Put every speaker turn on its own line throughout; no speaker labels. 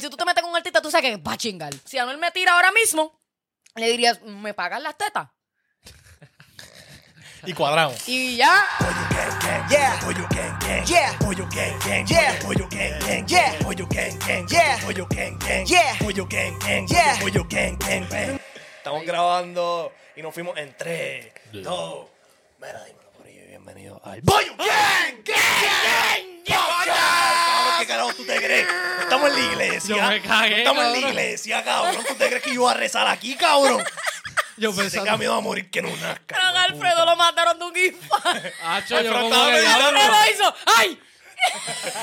Si tú te metes con un artista, tú sabes que va a chingar. Si Anuel me tira ahora mismo, le dirías, ¿me pagas las tetas?
Y cuadramos.
Y ya.
Yeah.
Pollo gang gang,
Yeah.
pollo gang gang,
Yeah.
pollo gang gang,
Yeah.
pollo gang gang,
Yeah.
pollo gang gang,
Yeah.
pollo gang gang,
Yeah.
pollo gang gang. bang. Estamos grabando y nos fuimos en 3, 2, mira, dímelo por ahí, bienvenido al Pollo Gang Gang Gang. Cabrón, ¿qué carajo tú te crees? No Estamos en la iglesia.
Yo me cagué,
No Estamos en la
cabrón.
iglesia, cabrón. ¿Tú te crees que yo voy a rezar aquí, cabrón?
Yo
Si tenga
pensaba.
miedo a morir que no nazca.
Pero a
hijo de puta.
Alfredo lo mataron de un infarto.
Acho, yo
Alfredo
como
estaba
que
meditando.
diablo.
Alfredo hizo. ¡Ay!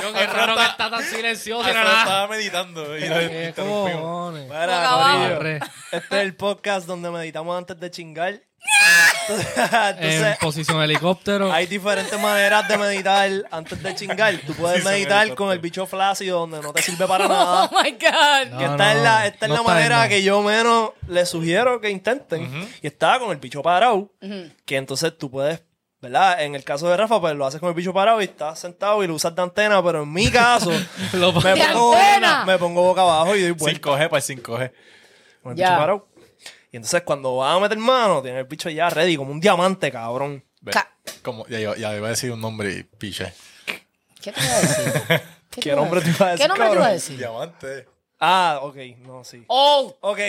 Yo qué raro que Eh, está tan silencioso.
Alfredo
nada.
estaba meditando. y
Qué
interrumpió.
cojones.
Para,
Boca abajo.
corillo.
Arre.
Este es el podcast donde meditamos antes de chingar. Entonces,
Eh,
En posición helicóptero.
hay diferentes maneras de meditar antes de chingar. Tú puedes
Sí, son
meditar con
helicópteros.
el bicho flácido donde no te sirve para
Oh
nada.
my God.
Que
No,
esta es
no, no
la, esta es la
está en
manera
nada.
que yo menos les sugiero que intenten. Y está con el bicho parado. Que entonces tú puedes, ¿verdad? En el caso de Rafa, pues lo haces con el bicho parado y estás sentado y lo usas de antena. Pero en mi caso,
Lo-
me,
¡De
pongo,
antena!
me pongo boca abajo y doy vuelta.
5G para el 5G.
con el
Ya.
bicho parado. Y entonces cuando va a meter mano, tiene el bicho ya ready, como un diamante, cabrón.
Ve,
Ca-
Como, ya, iba- ya iba a decir un nombre y piche.
¿Qué te iba a decir?
¿Qué nombre te iba a decir,
¿Qué nombre te iba a
cabrón?
decir?
Diamante.
Ah, ok, no, sí.
Oh.
Ok.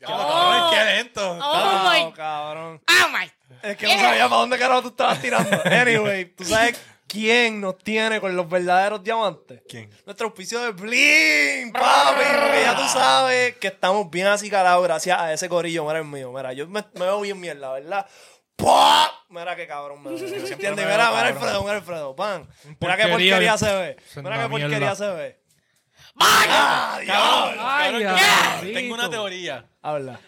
Ya, cabrón, qué lento.
Oh
Ah,
my.
cabrón.
Oh my.
Es que no sabía para dónde carajo tú estabas tirando. Anyway, ¿tú sabes quién nos tiene con los verdaderos diamantes?
¿Quién?
Nuestro auspicio de Blin, papi. que ya tú sabes que estamos bien así calados gracias a ese corillo. Mira el mío, mira, yo me, me veo bien mierda, ¿verdad? ¡Pua! Mira qué cabrón me veo.
me
¿Entiendes? Mira,
veo
mira
cabrón.
Alfredo, mira Alfredo, pan. Mira qué
porquería,
porquería
yo-
se ve.
es
Mira
una
qué porquería
mierda.
se ve.
¡Vaya!
¡Ah, diablo!
Ay,
Cabrón,
diablito.
Tengo una teoría.
Habla.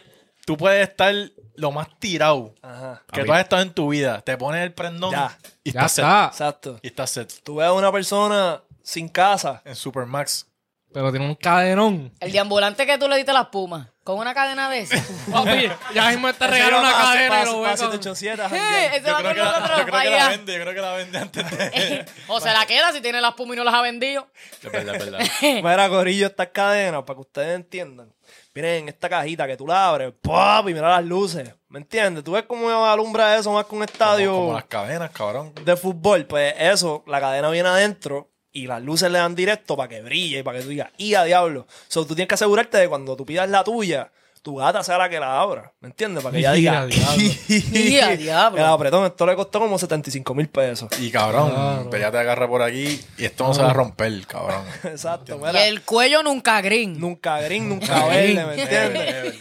Tú puedes estar lo más tirado
Ajá.
que tú has estado en tu vida. Te pones el prendón
Ya.
y
Ya
estás set.
está.
Exacto.
Y estás set.
Tú ves a una persona sin casa.
En Supermax.
Pero tiene un cadenón.
El deambulante que tú le diste a las pumas. Con una cadena de esas.
Papi, ya mismo te regalo una cadena y lo voy a con-
Eh, Ese
Yo
va con
creo, que la, yo
nosotros.
creo que la
vaya.
vende, yo creo que la vende antes de...
O se la queda si tiene las pumas y no las ha vendido.
Es verdad, es verdad.
Mira, Corillo, estas cadenas, para que ustedes entiendan. Miren, en esta cajita que tú la abres, ¡pop! Y mira las luces. ¿Me entiendes? Tú ves cómo alumbra eso más que un estadio
Como, como las cadenas, cabrón.
de fútbol. Pues eso, la cadena viene adentro y las luces le dan directo para que brille y para que tú digas, ¡y a diablo! So, tú tienes que asegurarte de cuando tú pidas la tuya, tu gata sea la que la abra. ¿Me entiendes? Para que ella
¡Y a
diga,
diablo!
¡Y a diablo!
El apretón, esto le costó como 75 mil pesos.
Y cabrón, pero ya te agarra por aquí y esto no se va a romper, cabrón.
Exacto,
Y
mira.
el cuello nunca green.
Nunca green, nunca verde, ¿me entiendes?
Eh,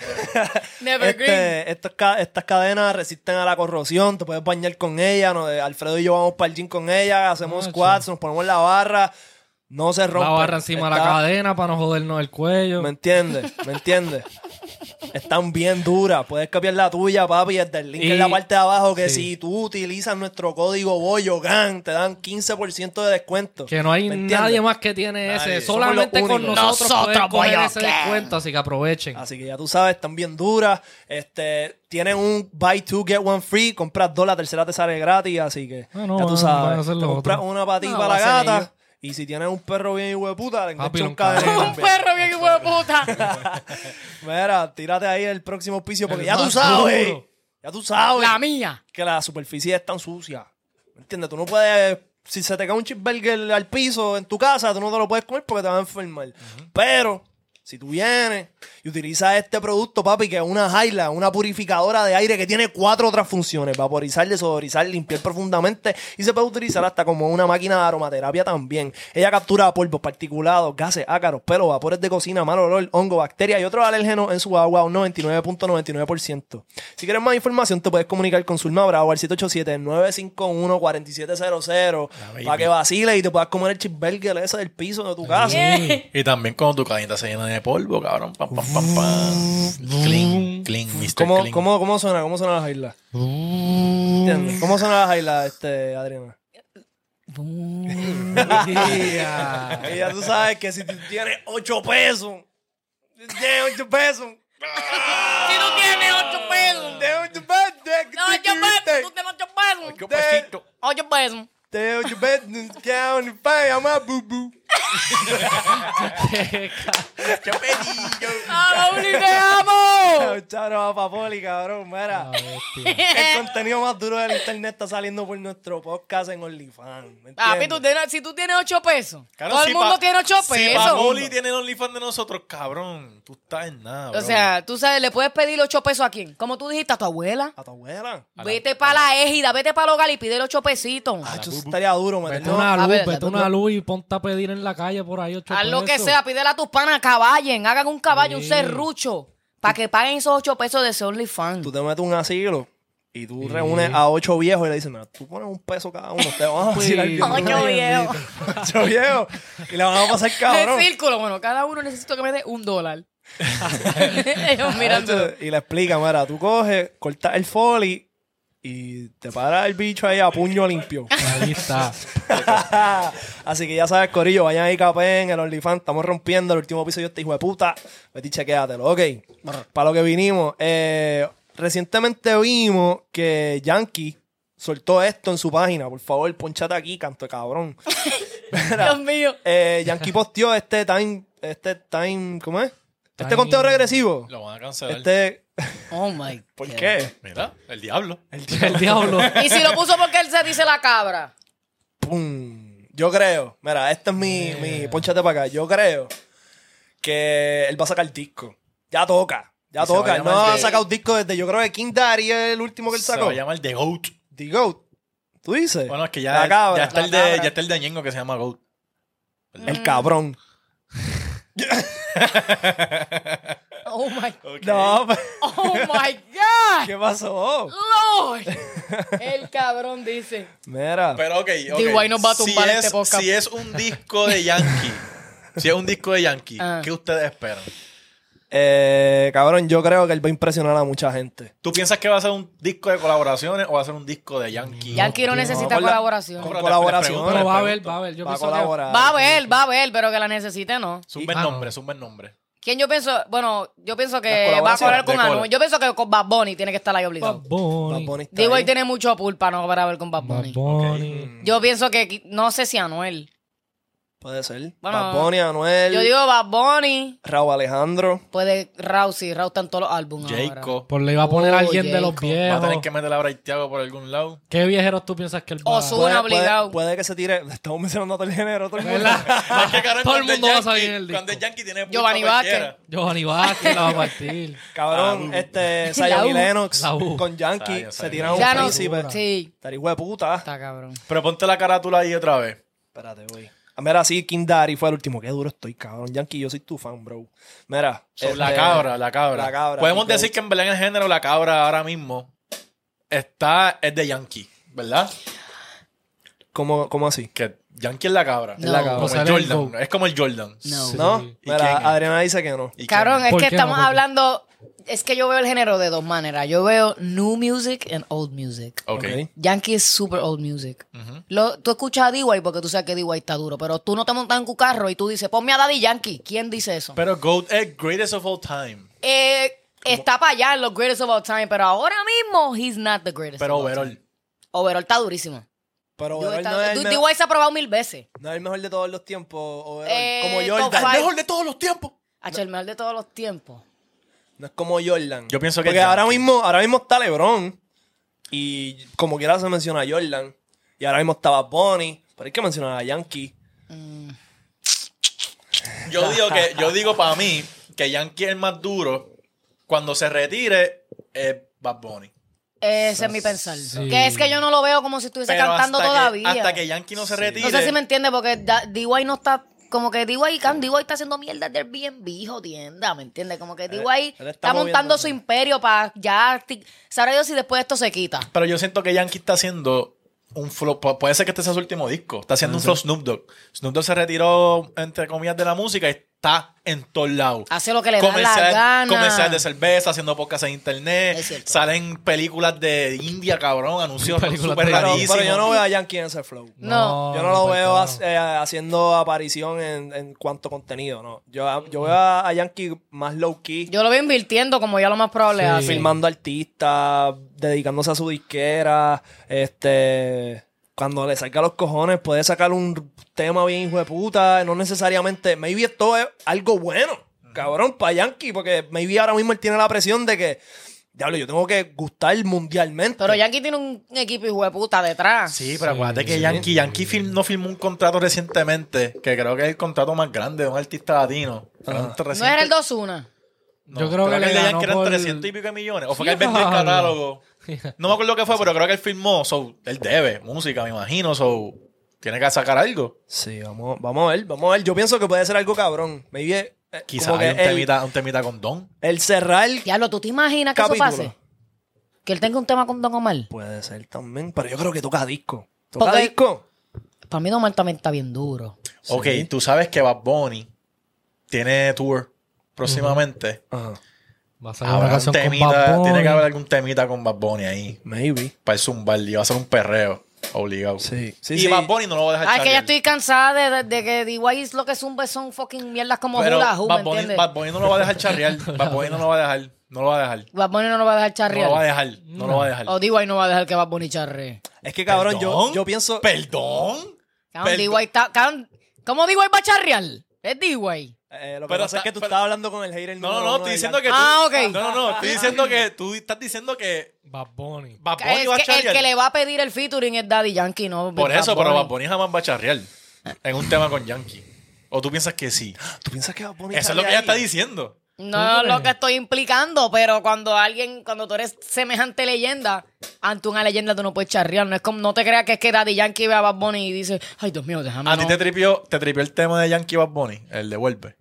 Never green.
Este, estas ca- estas cadenas resisten a la corrosión, te puedes bañar con ellas. no, eh, Alfredo y yo vamos para el gym con ella, hacemos
Ah,
squats, nos ponemos la barra, no se rompe.
La barra encima de la
Está-
cadena para no jodernos el cuello.
¿Me entiendes? ¿Me entiendes? Están bien duras. Puedes copiar la tuya, papi. El del link
Y-
en la parte de abajo. Que
sí.
si tú utilizas nuestro código BOYOGAN, te dan 15% de descuento.
Que no hay
¿Me entiendes?
nadie más que tiene ese.
Nadie.
Solamente
Somos los
con
únicos.
nosotros,
Nosotros,
pueden coger
boy,
ese
ok.
descuento, así que aprovechen.
Así que ya tú sabes, están bien duras. Este, tienen un buy two, get one free. Compras dos, la tercera te sale gratis. Así que
Ah, no,
ya tú
van- van a
sabes.
hacer
Te
lo
compras
otro.
una para ti y
No,
para
va
la
a ser
gata.
ellos.
Y si tienes un perro bien hijo de puta, le
Papi,
enganchas un
nunca va a
cadena
Un
también.
perro bien hijo de puta.
Mira, tírate ahí el próximo auspicio porque
El
ya tú
más
sabes.
duro.
Ya tú sabes
La mía.
que la superficie es tan sucia. ¿Me entiendes? Tú no puedes. Si se te cae un cheeseburger al piso en tu casa, tú no te lo puedes comer porque te va a enfermar. Pero. Si tú vienes y utilizas este producto, papi, que es una Jaila, una purificadora de aire que tiene cuatro otras funciones: vaporizar, desodorizar, limpiar profundamente y se puede utilizar hasta como una máquina de aromaterapia también. Ella captura polvos, particulados, gases, ácaros, pelos, vapores de cocina, mal olor, hongo, bacterias y otros alérgenos en su agua, un 99.99%. Si quieres más información, te puedes comunicar con Zulma Bravo al 787-951-4700 para que vaciles y te puedas comer el cheeseburger ese del piso de tu casa.
y también cuando tu cadena se llena de polvo, cabrón. Pam, pam, pam, pam. Clean, clean, Mr.
¿Cómo,
clean.
cómo, ¿Cómo suena? ¿Cómo suena las islas? ¿Entiendes? ¿Cómo suena las islas, este, Adriana?
Ya.
Y ya tú sabes que si tú tienes 8 pesos, tienes 8 pesos,
Si tú tienes ocho pesos.
tienes 8 pesos,
No, ocho pesos. Tú tienes ocho pesos.
Qué pasito.
Ocho pesos.
Tell your business down, fire my boo boo.
¡Pauli, te amo!
Charo, papá Poli, cabrón, mira. El contenido más duro del internet está saliendo por nuestro podcast en OnlyFans. ¿me
Papi,
entiendes?
tú tienes- si tú tienes 8 pesos,
Claro,
todo el
si
mundo
pa-
tiene 8
Si
pesos.
Papoli tiene el OnlyFans de nosotros, cabrón, tú estás en nada,
o
bro.
sea, tú sabes, le puedes pedir 8 pesos a quién. Como tú dijiste, a tu abuela.
A tu abuela.
la-
Vete para la égida, vete para el hogar y pide 8 pesitos.
Ah, eso estaría duro, me
Vete
tengo-
una
a
luz,
ver,
vete
no-
una luz y ponte a pedir en la calle por ahí ocho
Haz lo que
pesos.
sea, pídele a tus panas, caballen, hagan un caballo, un
Sí.
serrucho, para que paguen esos 8 pesos de ese OnlyFans.
Tú te metes un asilo y tú reúnes a ocho viejos y le dices, mira, tú pones un peso cada uno, te van a vacilar bien
Ocho
duro".
viejos.
ocho viejos. Y la van a pasar cabrón.
El círculo, bueno, cada uno necesito que me dé un dólar. Ellos mirando.
Este, Y le explica, mira, tú coges, cortas el foli y te paras el bicho ahí a puño limpio.
Ahí está.
Así que ya sabes, Corillo, vayan ahí capen, el OnlyFans, estamos rompiendo el último piso yo este hijo de puta. Vete y chequéatelo, ok. Para lo que vinimos, eh, recientemente vimos que Yankee soltó esto en su página. Por favor, ponchate aquí, canto de cabrón.
Dios mío.
Eh, Yankee posteó este time, este time, ¿cómo es? Este
Time.
conteo regresivo.
Lo van a cancelar.
Este,
Oh my God.
¿por qué?
Mira, el diablo.
El diablo.
Y si lo puso porque él se dice la cabra.
Pum. Yo creo, mira, este es mi, mi ponchate para acá. Yo creo que él va a sacar disco. Ya toca, ya
Y se va
toca.
a
Él
llamar
no ha
de-
sacado disco desde, yo creo que King Daddy es el último que él
Se
sacó.
va a llamar The Goat.
The Goat. ¿Tú dices?
Bueno, es que
La
ya,
cabra.
ya, está, el
La
de,
cabra.
ya está el de Ñengo que se llama Goat.
El cabrón.
Oh my.
No,
Oh my God.
¿qué pasó?
Lord. El cabrón dice.
Ah.
Mira.
Pero ok, ok.
D.Y. nos va a tumbar
si
este
es,
podcast.
Si es un disco de Yankee, si es un disco de Yankee,
Ah.
¿qué ustedes esperan?
Eh, cabrón, yo creo que él va a impresionar a mucha gente.
¿Tú piensas que va a ser un disco de colaboraciones o va a ser un disco de Yankee?
Yankee no
No,
necesita
con la-
colaboración.
Ahora te-
Colaboraciones.
les pregunto,
Pero va a
les
haber,
pregunto.
va a haber. Yo
va a
pienso que-
colaborar.
Va a ver, va a ver, pero que la necesite, ¿no?
Zumba
Y-
el
ah, no.
nombre, zumba el nombre.
¿Quién yo pienso? Bueno, yo pienso
Las
que va a correr
colaboraciones
con
de
Anuel.
cola.
Yo pienso que con Bad Bunny tiene que estar ahí
Bad
obligado.
Bunny.
Bad Bunny está
Digo,
ahí.
él tiene mucho pulpa no para ver con Bad
Bad
Bunny.
Bunny.
Yo pienso que qui- no sé si Anuel.
Puede ser.
Bueno,
Bad Bunny, Anuel,
Yo digo Bad Bunny,
Raúl Alejandro.
puede Raúl, sí, Raúl está en todos los álbumes. ahora.
Jacob.
Pues le iba a poner a
Oh,
alguien de los
Jacob.
Va a tener
viejos.
que meter a Bray Thiago por algún lado.
¿Qué viejeros tú piensas que él va
Ozuna. Tú,
a
un obligado.
Puede, puede que se tire. Estamos mencionando todo el género. Todo el mundo.
Es que, cabrón,
Todo el
cuando
mundo
es
va a
Yankee-
salir en el disco.
Cuando es Yankee tiene punto
Giovanni
cualquiera.
Vázquez.
Giovanni Vázquez la va a partir.
Cabrón,
La U.
este
La
Zion
U.
y Lennox
La U.
con Yankee
Zion,
se
Zion.
tiraron
Ya
un
no.
príncipe.
Sí,
Tal hijo de puta.
está cabrón.
Pero ponte la carátula ahí otra vez.
Espérate, güey. Ah, Mira, sí, King Daddy fue el último. Qué duro estoy, cabrón. Yankee, yo soy tu fan, bro. Mira.
So,
este,
la cabra, la cabra.
la cabra,
Podemos
sí,
decir
goat.
que en Belén el género la cabra ahora mismo está, es de Yankee, ¿verdad?
¿Cómo, cómo así?
Que Yankee es la cabra.
No. La cabra.
Como
O sea,
el
el
Jordan.
goat.
Es como el Jordan.
No.
Sí.
¿No?
¿Y
quién es?
Mira, Adriana dice que no.
¿Y
Cabrón,
quién
es
¿Por
que
qué
estamos
no? ¿Por qué?
hablando, es que yo veo el género de dos maneras. Yo veo new music and old music.
es? Ok.
Ok.
Yankee es super old music.
Ujú.
Lo- tú escuchas a D.Y. porque tú sabes que D.Y. está duro, pero tú no te montas en tu carro y tú dices, ponme a Daddy Yankee. ¿Quién dice eso?
Pero Goat es greatest of all time.
Eh, está para allá en los greatest of all time, pero ahora mismo he's not the greatest.
Pero
of all time.
overall.
Overall está durísimo.
Pero
Digo,
Overall
está-
no es, el
du-
me-
D.Y. se ha probado mil veces.
no es el mejor de todos los tiempos. Overall.
Eh,
como
top
Jordan.
five.
El mejor de todos los tiempos.
Hacho, el mejor de todos los tiempos.
No es como Jordan.
Yo pienso que
Porque
Yankee.
ahora mismo, ahora mismo está LeBron. Y como quiera se menciona a Jordan. Y ahora mismo estaba Bonnie. Pero hay que mencionar a Yankee.
Yo digo que, yo digo para mí que Yankee es el más duro. Cuando se retire, es Bad Bunny.
Ese es mi pensar.
Sí.
Que es que yo no lo veo como si estuviese cantando
hasta
todavía.
Que, hasta que Yankee no se retire.
no sé si me entiende, porque Da- D.Y. no está. Como que D.Y. Cam, D.Y. está haciendo mierda del Airbnb, jodienda, ¿me entiende? Como que D.Y.
él
está,
está
montando
moviendo,
su
¿no?
imperio para ya. ti- Sabrá Dios si después esto se quita.
Pero yo siento que Yankee está haciendo un flow. pu- Puede ser que este sea su último disco. Está haciendo un flow Snoop Dogg. Snoop Dogg se retiró, entre comillas, de la música y está en todos lados.
Hace lo que le da la
Comercial-
gana.
comercial de cerveza, haciendo podcasts en
Es
internet.
cierto.
Salen películas de India, cabrón, anuncios
Películas
súper
de-
Pero,
rarísimos.
pero yo no veo a Yankee en ese flow.
No.
Yo no lo
para el
veo
carajo.
as- eh, haciendo aparición en, en cuanto contenido, no. Yo, yo veo a a Yankee más low key,
Yo lo veo invirtiendo, como ya lo más probable
Sí.
hace.
filmando artistas, dedicándose a su disquera, este cuando le salga los cojones, puede sacar un tema bien hijo de puta. No necesariamente. Maybe esto es algo bueno, cabrón, para Yankee, porque maybe ahora mismo él tiene la presión de que, diablo, yo tengo que gustar mundialmente.
Pero Yankee tiene un equipo hijo de puta detrás.
Sí, pero acuérdate que Yankee, Yankee film- no firmó un contrato recientemente, que creo que es el contrato más grande de un artista latino. Era un
No
300
era el 2-1.
No,
Yo creo que le
el de
ganó
Yankee eran
por-
300 y pico de millones. O fue que él
Sí,
vendió el
ojalá.
catálogo. No me acuerdo qué fue, pero creo que él firmó. So, él debe música, me imagino. So, tiene que sacar algo.
Sí, vamos, vamos a ver, vamos a ver. Yo pienso que puede ser algo cabrón. Maybe. eh,
Quizás
como que
hay un
el,
temita, un temita con Don.
el cerrar
Diablo, ¿tú te imaginas que
capítulo.
eso pase? Que él tenga un tema con Don Omar.
Puede ser también, pero yo creo que toca disco. ¿Toca
Porque-
disco?
Para mí Don Omar también está bien duro.
Ok, tú sabes que Bad Bunny tiene tour próximamente.
Ajá.
Va a salir una
Habrá un
canción con
temita,
Bad Bunny.
tiene que haber algún temita con Bad Bunny ahí.
Maybe.
Para el zumbar y va a ser un perreo obligado.
Sí. Sí,
y
sí.
Bad Bunny no lo va a dejar
Ah, es que ya
charrear.
estoy cansada de, de- de que D.Y. lo que zumbe son fucking mierdas como
Pero
Hula Hoop, ¿me
Bad Bunny,
entiendes?
Bad Bunny no lo va a dejar charrear. Bad Bunny no lo va a dejar. No lo va a dejar.
Bad Bunny no lo va a dejar
No lo va a
charrear.
dejar. No lo va a dejar.
o D.Y. no va a dejar que Bad Bunny charree.
Es que cabrón, yo,
¿Perdón?
yo pienso.
¿Perdón?
Cabrón,
Perdón.
D.Y. está... cabrón, ¿Cómo D.Y. va a charrear? Es D.Y.
Eh, lo que
Pero
pasa
ta-
es que tú
pero-
estabas hablando con el hater.
No, no, no, estoy diciendo que.
Ah,
tú-
ok.
No, no, no, estoy diciendo que tú estás diciendo que
Bad Bunny.
Bad Bunny va a
Es que el
charrear.
que le va a pedir el featuring es Daddy Yankee, no
Por
Bad
eso, pero Bad
Bunny.
Bunny jamás va a charrear en un tema con Yankee. ¿O tú piensas que sí?
Ah,
¿Tú piensas que va a poner
Eso es lo que ella está diciendo.
No lo
¿Tú crees?
que estoy implicando, pero cuando alguien, cuando tú eres semejante leyenda, ante una leyenda tú no puedes charrear. No es como, no te creas que es que Daddy Yankee ve a Bad Bunny y dice, ay Dios mío, déjame.
A
no".
ti te tripió, te tripió el tema de Yankee y Bad Bunny, el de Vuelve.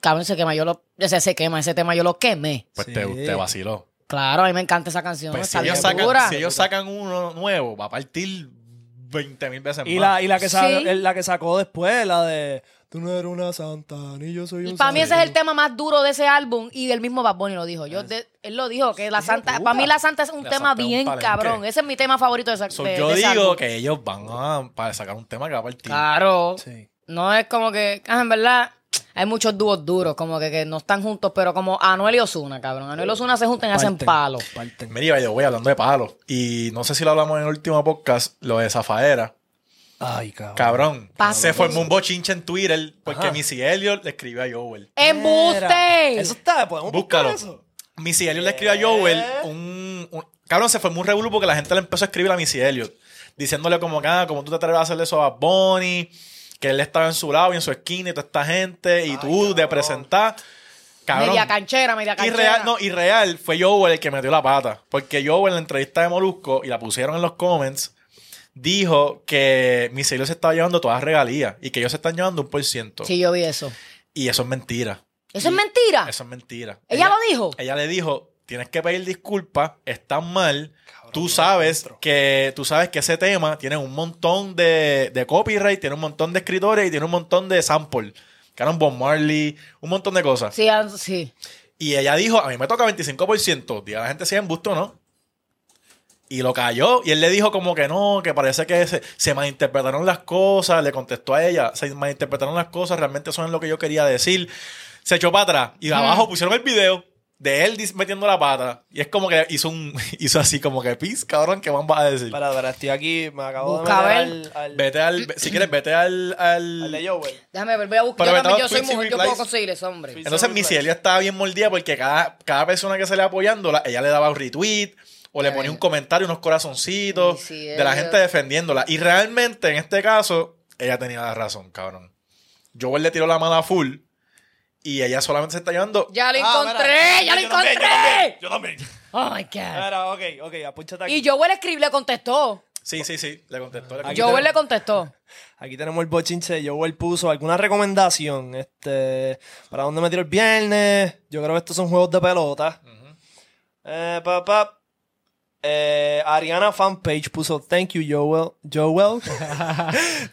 Cabrón, se quema, yo lo, ese se quema, ese tema yo lo quemé.
Pues
Sí.
te, te vaciló.
Claro, a mí me encanta esa canción.
Pues si
está
ellos,
bien
sacan,
dura.
si ellos sacan uno nuevo, va a partir 20 mil veces
Y
más.
la, y la que, sa-
Sí.
el- la que sacó después, la de. Tú no eres una santa, ni yo soy un
Para mí ese es
santo".
el tema más duro de ese álbum y el mismo Bad Bunny lo dijo.
Pues
Yo, de- él lo dijo, que la Santa, para mí la Santa es un
La
tema
Santa es un
bien
palenque.
cabrón. Ese es mi tema favorito de esa
So,
de- Ah.
yo
de ese álbum.
digo que ellos van a para sacar un tema que va a partir.
Claro.
Sí.
No es como que, ah, en verdad, hay muchos dúos duros, como que, que no están juntos, pero como Anuel y Osuna, cabrón. Anuel y Osuna se juntan y hacen
Parten.
palo.
Parten.
Mira, yo voy hablando de palos. Y no sé si lo hablamos en el último podcast, lo de Zafaera.
Ay,
Ah.
cabrón.
Cabrón.
Paso.
Se formó un bochinche en Twitter porque
Ajá.
Missy Elliott le escribió a Joel.
Mira,
¡Embuste!
Eso está, podemos buscar
Búscalo.
eso.
Missy Elliott le escribió a Joel un, un- Cabrón, se formó un revuelo porque la gente le empezó a escribir a Missy Elliott. Diciéndole como que, ah, ¿cómo tú te atreves a hacerle eso a Bad Bunny? Que él estaba en su lado y en su esquina y toda esta gente. Y tú de presentar. Cabrón.
media canchera, media
Y
canchera.
real, no, y real fue Joel el que metió la pata. Porque Joel en la entrevista de Molusco, y la pusieron en los comments, dijo que Miselio se estaba llevando todas las regalías y que ellos se están llevando un por ciento.
Sí, yo vi eso.
Y eso es mentira.
Eso es mentira.
Eso es mentira.
¿Ella lo dijo?
Ella le dijo, tienes que pedir disculpas, estás mal. Tú sabes, que, tú sabes que ese tema tiene un montón de, de copyright, tiene un montón de escritores y tiene un montón de samples. Que eran Bob Marley, un montón de cosas.
Sí, ah, sí.
Y ella dijo, a mí me toca 25%. Diga la gente si es embuste o no. Y lo cayó. Y él le dijo como que no, que parece que se, se malinterpretaron las cosas. Le contestó a ella, se malinterpretaron las cosas. Realmente eso no es lo que yo quería decir. Se echó para atrás. Y de abajo pusieron el video de él dis- metiendo la pata. Y es como que hizo un hizo así como que, pis, cabrón, ¿qué más vas a decir?
Para, para, estoy aquí, me acabo
Busca
de
a
meter al, al,
Vete al, si quieres, vete al... al-
al de Joel.
Déjame ver, voy a buscar.
Pero
Yo,
me
también, yo
estaba
soy
Quincy
mujer, yo
Replies.
puedo conseguir eso, hombre.
Entonces mi
Replies.
Celia estaba bien mordida porque cada, cada persona que se le apoyándola, ella le daba un retweet o le
Ay.
ponía un comentario, unos corazoncitos
Mi Celia.
de la gente defendiéndola. Y realmente en este caso, ella tenía la razón, cabrón. Joel le tiró la mala full y ella solamente se está llevando.
¡Ya lo
Ah,
encontré!
mira.
¡Ya lo
Yo también, yo
encontré!
Yo también.
¡Oh, my God!
Espera, ok, ok, apúchate aquí.
Y Joel escribe, le contestó.
Sí, sí, sí, le contestó. le
Aquí
contestó.
Joel le contestó.
Aquí tenemos el bochinche de Joel puso alguna recomendación. Este, ¿Para dónde me tiro el viernes? Yo creo que estos son juegos de pelota. Eh, pa, pa. Eh, Ariana fanpage puso Thank you, Joel. Joel.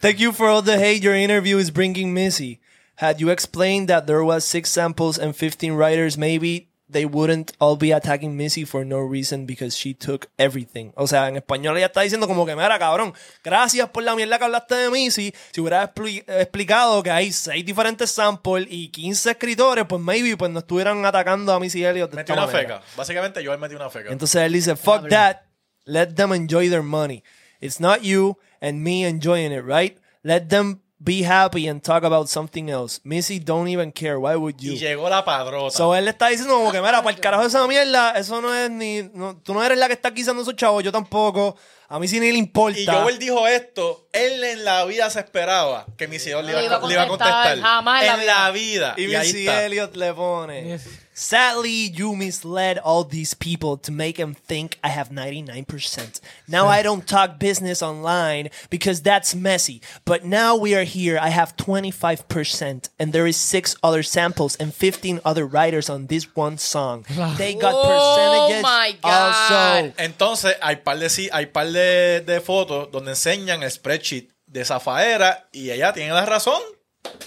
Thank you for all the hate your interview is bringing Missy. Had you explained that there was six samples and 15 writers, maybe they wouldn't all be attacking Missy for no reason because she took everything. O sea, en español ella está diciendo como que, mira, cabrón, gracias por la mierda que hablaste de Missy. Si hubieras expli- explicado que hay seis diferentes samples y 15 escritores, pues maybe pues no estuvieran atacando a Missy Elliott de
Metió
esta
una
manera.
feca. Básicamente Joel metió una feca.
Entonces él dice, fuck that, let them enjoy their money. It's not you, and me enjoying it, right? Let them be happy and talk about something else. Missy don't even care. Why would you?
Y llegó la padrota.
So él le está diciendo como que, mira, para el carajo esa mierda, eso no es ni. no- tú no eres la que está quizando esos chavos, yo tampoco. A mí sí ni le importa.
y Joel dijo esto. Él en la vida se esperaba que mi señor le, iba a- le iba a contestar.
jamás en la
en la vida.
Y,
Ah, Y, ahí
Missy
está.
Elliott le pone. Sadly, you misled all these people to make them think I have 99%. Now I don't talk business online because that's messy. But now we are here, I have 25%, and there is six other samples and 15 other writers on this one song. They got
Oh
percentages
my
also.
God.
Entonces, hay par de, sí- hay par de, de fotos donde enseñan el spreadsheet de Zafaera y ella tiene la razón.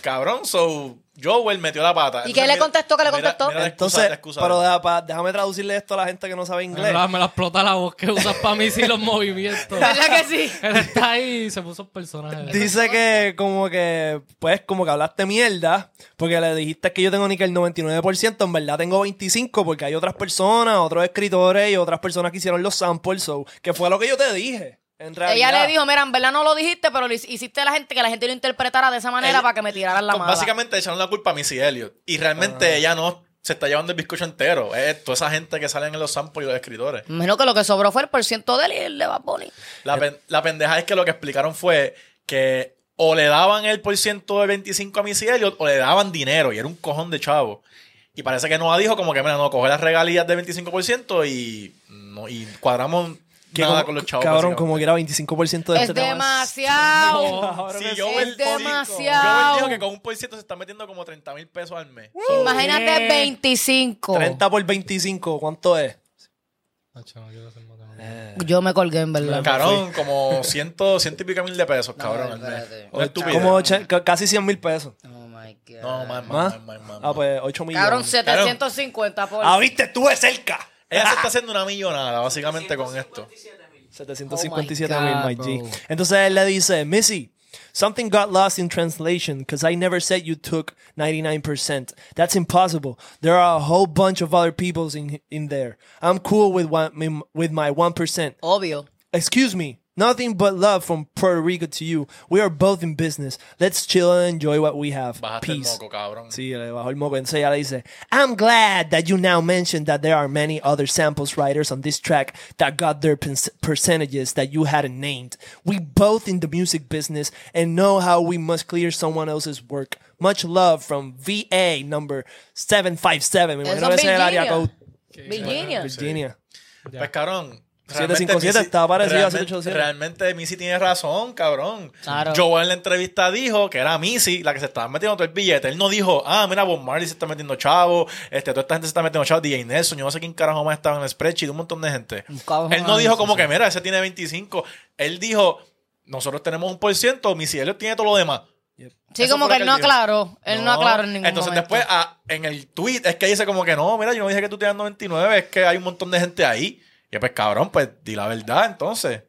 Cabrón, so Joel metió la
¿Y
pata. Entonces,
qué le
mira-
contestó? ¿Qué le
mira-
contestó?
mira la excusa,
Entonces,
la excusa.
pero deja pa- déjame traducirle esto a la gente que no sabe
Me
inglés.
la, me la explota la voz que usas para mí sí los movimientos.
¿Verdad que sí?
Él está ahí y se puso personaje.
Dice que como que, pues, como que hablaste mierda, porque le dijiste que yo tengo ni que el 99%, en verdad tengo 25%, porque hay otras personas, otros escritores y otras personas que hicieron los samples, so, que fue lo que yo te dije, en realidad.
Ella le dijo, mira, en verdad no lo dijiste, pero lo hiciste a la gente que la gente lo interpretara de esa manera
Ella-
para que me tiraran la
con-
mano.
Básicamente echaron la culpa a Missy Elliott. Y realmente
Ah.
ella no se está llevando el bizcocho entero. Es toda esa gente que salen en los samples y los escritores.
Menos que lo que sobró fue el por ciento de él y el de Bad Bunny.
La, pen- la pendeja es que lo que explicaron fue que o le daban el por ciento de 25 a Missy Elliott o le daban dinero y era un cojón de chavo. Y parece que Noah dijo como que, mira, no, coge las regalías de 25% y, no, y cuadramos
que
nada
como-
con los chavos.
Cabrón,
básicamente.
como que era 25% de
Es
este tema.
demasiado.
Cabrón,
Si
es-
yo
es
Joel
demasiado.
dijo que con un por ciento se está metiendo como 30 mil pesos al mes.
Imagínate 25.
30 por 25, ¿cuánto es? Eh,
Nacho, no quiero ser matemático.
Yo me colgué, en verdad.
Cabrón, como ciento, ciento y pico mil de pesos, cabrón. al mes.
espérate.
Una estupidez.
Como ocha- ca- casi 100 mil pesos.
Oh my God.
No, más,
¿Más?
más, más, más,
Ah,
más.
pues 8 millones.
Cabrón, 750 por.
Ah, viste, estuve cerca.
Ella se está haciendo una millonada, básicamente, con esto.
757
Oh my
mil,
God,
my G.
bro.
Entonces él le dice, Missy, something got lost in translation because I never said you took 99%. That's impossible. There are a whole bunch of other peoples in, in there. I'm cool with, one, with my 1%.
Obvio.
Excuse me. Nothing but love from Puerto Rico to you. We are both in business. Let's chill and enjoy what we have.
Bajaste el
Peace.
moco, cabrón.
Sí, le bajó el moco. Entonces ella le dice, I'm glad that you now mentioned that there are many other samples writers on this track that got their pen- percentages that you hadn't named. We both in the music business and know how we must clear someone else's work. Much love from VA number 757. Me
Eso
imagino que
es
ese es el área
Virginia.
code.
Virginia.
Virginia.
Pues, cabrón.
757
Missy-
estaba parecido a
realmente-
787.
Realmente Missy tiene razón, cabrón.
Claro.
Joel en la entrevista dijo que era Missy la que se estaba metiendo todo el billete. Él no dijo, ah, mira, Bob Marley se está metiendo chavo, este, toda esta gente se está metiendo chavo, DJ Nelson, yo no sé quién carajo más estaba en el spreadsheet, un montón de gente.
cabrón.
Él no dijo como que, mira, ese tiene 25. Él dijo, nosotros tenemos un por ciento, Missy Elliott tiene todo lo demás.
Sí,
Eso
como
fue
que él
lo que
no
él dijo.
aclaró. Él no, aclaró en ningún
Entonces
momento.
después ah, en el tweet es que dice como que no, mira, yo no dije que tú te das 99, es que hay un montón de gente ahí. Y pues cabrón, pues di la verdad entonces.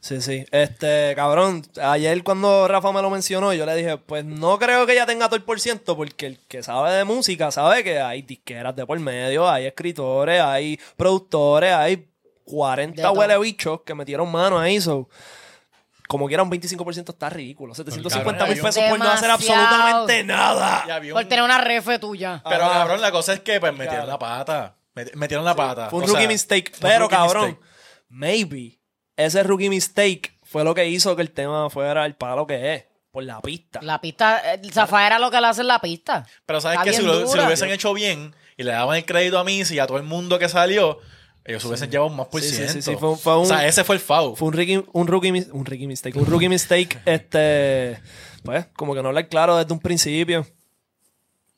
Sí, sí. Este, cabrón, ayer cuando Rafa me lo mencionó, yo le dije, pues no creo que ella tenga todo el por ciento, porque el que sabe de música sabe que hay disqueras de por medio, hay escritores, hay productores, hay 40
De todo.
huele bichos que metieron mano ahí, so. Como quiera, un 25% está ridículo. 750 mil
Cabrón,
pesos por no hacer
demasiado.
absolutamente nada.
Y había
Por
un-
tener una refe tuya.
Pero
Ah.
cabrón, la cosa es que pues metieron la pata. Met- Metieron la pata.
Fue un
O
rookie
sea,
mistake.
fue un
Pero,
rookie
cabrón,
mistake.
maybe ese rookie mistake fue lo que hizo que el tema fuera el palo que es, por la
Ah.
pista.
La pista, eh, Zafa era lo que le hace en la pista.
Pero sabes
Está
que si
bien
lo, si lo
dura.
hubiesen hecho bien y le daban el crédito a Missy y a todo el mundo que salió, ellos hubiesen llevado más por
Sí, sí,
ciento.
sí, sí, fue un- fue
O sea,
un-
ese fue el foul.
Fue un rookie, un rookie, mis- un rookie mistake. Un rookie mistake, este. Pues, como que no hablar claro desde un principio.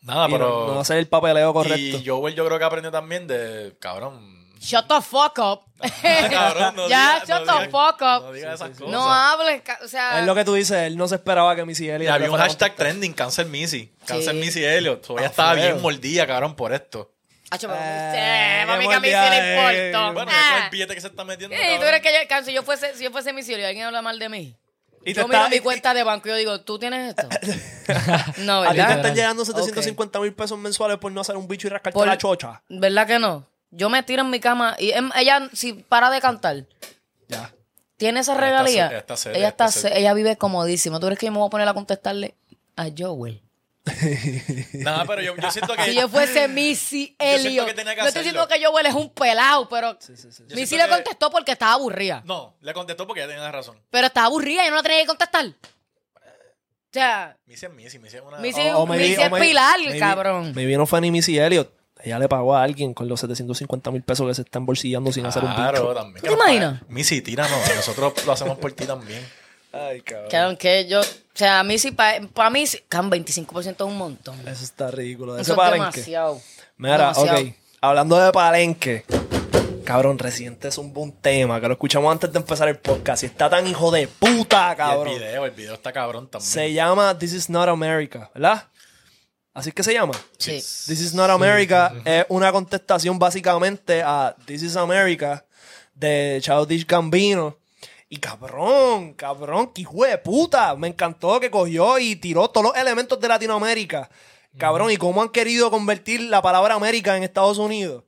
Nada, Ah,
y
pero.
no, no hacer el papeleo correcto.
y Joel yo creo que aprendió también de cabrón.
Shut the fuck up.
Ah, Cabrón, no
ya,
diga-
shut
no
the
diga-
fuck up.
No digas esas cosas.
No ah, hables, ca- o sea.
es lo que tú dices, él no se esperaba que Missy
Y
Elliott. le
había un
fuera a
hashtag
contestar.
trending, cancel Missy. Cancel
Sí.
Missy Elliot. Ella
Ah,
estaba
feo.
bien mordida, cabrón, por esto.
Hacho, pero,
Eh,
eh, mami,
qué
que a mí sí
mordida,
le
eh.
importa.
Bueno,
Ah.
eso es el billete que se está metiendo.
Sí, tú
cabrón.
eres que yo, cabrón, si yo fuese, si yo fuese misionario y alguien habla mal de mí.
Y te
yo miro
está-
mi cuenta de banco y yo digo, ¿tú tienes esto? no,
A ti te
¿verdad?
están llegando 750 mil pesos mensuales por no hacer un bicho y rascarte
Por-
la chocha.
¿Verdad que no? Yo me tiro en mi cama y em, ella, si para de cantar,
Ya.
tiene esa
Ella está
regalía.
se- está se-
ella, está
está se-
se- ella vive comodísima. ¿Tú crees que yo me voy a poner a contestarle a Joel?
Nada, pero yo, yo siento que.
Si yo fuese Missy
Yo siento
Elliot.
que tenía que
No estoy diciendo
hacerlo.
que Joel es un pelado, pero
Yo
Missy
siento
le
que-
contestó porque estaba aburrida.
No, le contestó porque ella tenía la razón.
Pero estaba aburrida, yo no la tenía que contestar. O sea,
Missy es Missy, Missy es una.
Missy-
Oh,
Sí, me dice Pilar, cabrón.
Me vino Fanny Missy Elliot. Ella le pagó a alguien con los 750 mil pesos que se están bolsillando sin hacer un bicho.
Claro, también.
¿Tú te imaginas?
Missy, tíranos. Nosotros lo hacemos por ti también.
Ay, cabrón.
que, que yo. O sea, a Missy, para mí, sí- can, 25% es un montón.
Eso está ridículo. Ese
Eso es
palenque.
demasiado.
Mira,
demasiado.
ok. Hablando de palenque. Cabrón, reciente es un buen tema que lo escuchamos antes de empezar el podcast. Y está tan hijo de puta,
Y el
cabrón.
video, el video está cabrón también.
Se llama This is not America, ¿verdad? Así es que se llama.
Sí.
This is not America es una contestación básicamente a This is America de Childish Gambino. Y cabrón, cabrón, que hijo de puta. Me encantó que cogió y tiró todos los elementos de Latinoamérica. Cabrón, y cómo han querido convertir la palabra América en Estados Unidos.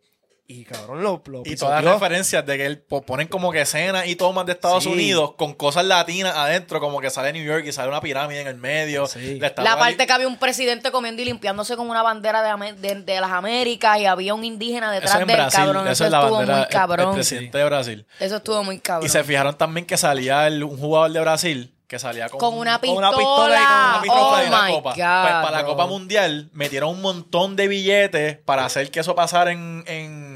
Y cabrón, lo, lo
Y todas las
pisoteó.
referencias de que él po- ponen como que escenas y tomas de Estados
Sí.
Unidos con cosas latinas adentro, como que sale New York y sale una pirámide en el medio.
Sí.
la estatua
La parte
de-
que había un presidente comiendo y limpiándose con una bandera de, Ame- de- de las Américas y había un indígena
Eso
detrás
en
del
Brasil,
cabrón. Eso,
eso es la
estuvo
bandera
muy
el- El,
cabrón.
presidente de Brasil.
eso estuvo muy cabrón.
Y se fijaron también que salía el- un jugador de Brasil que salía con,
con una
con
pistola.
una pistola y con una
pistola
oh
y una
my
copa.
God,
Pues para la
bro.
Copa Mundial metieron un montón de billetes para hacer que eso pasara en, en-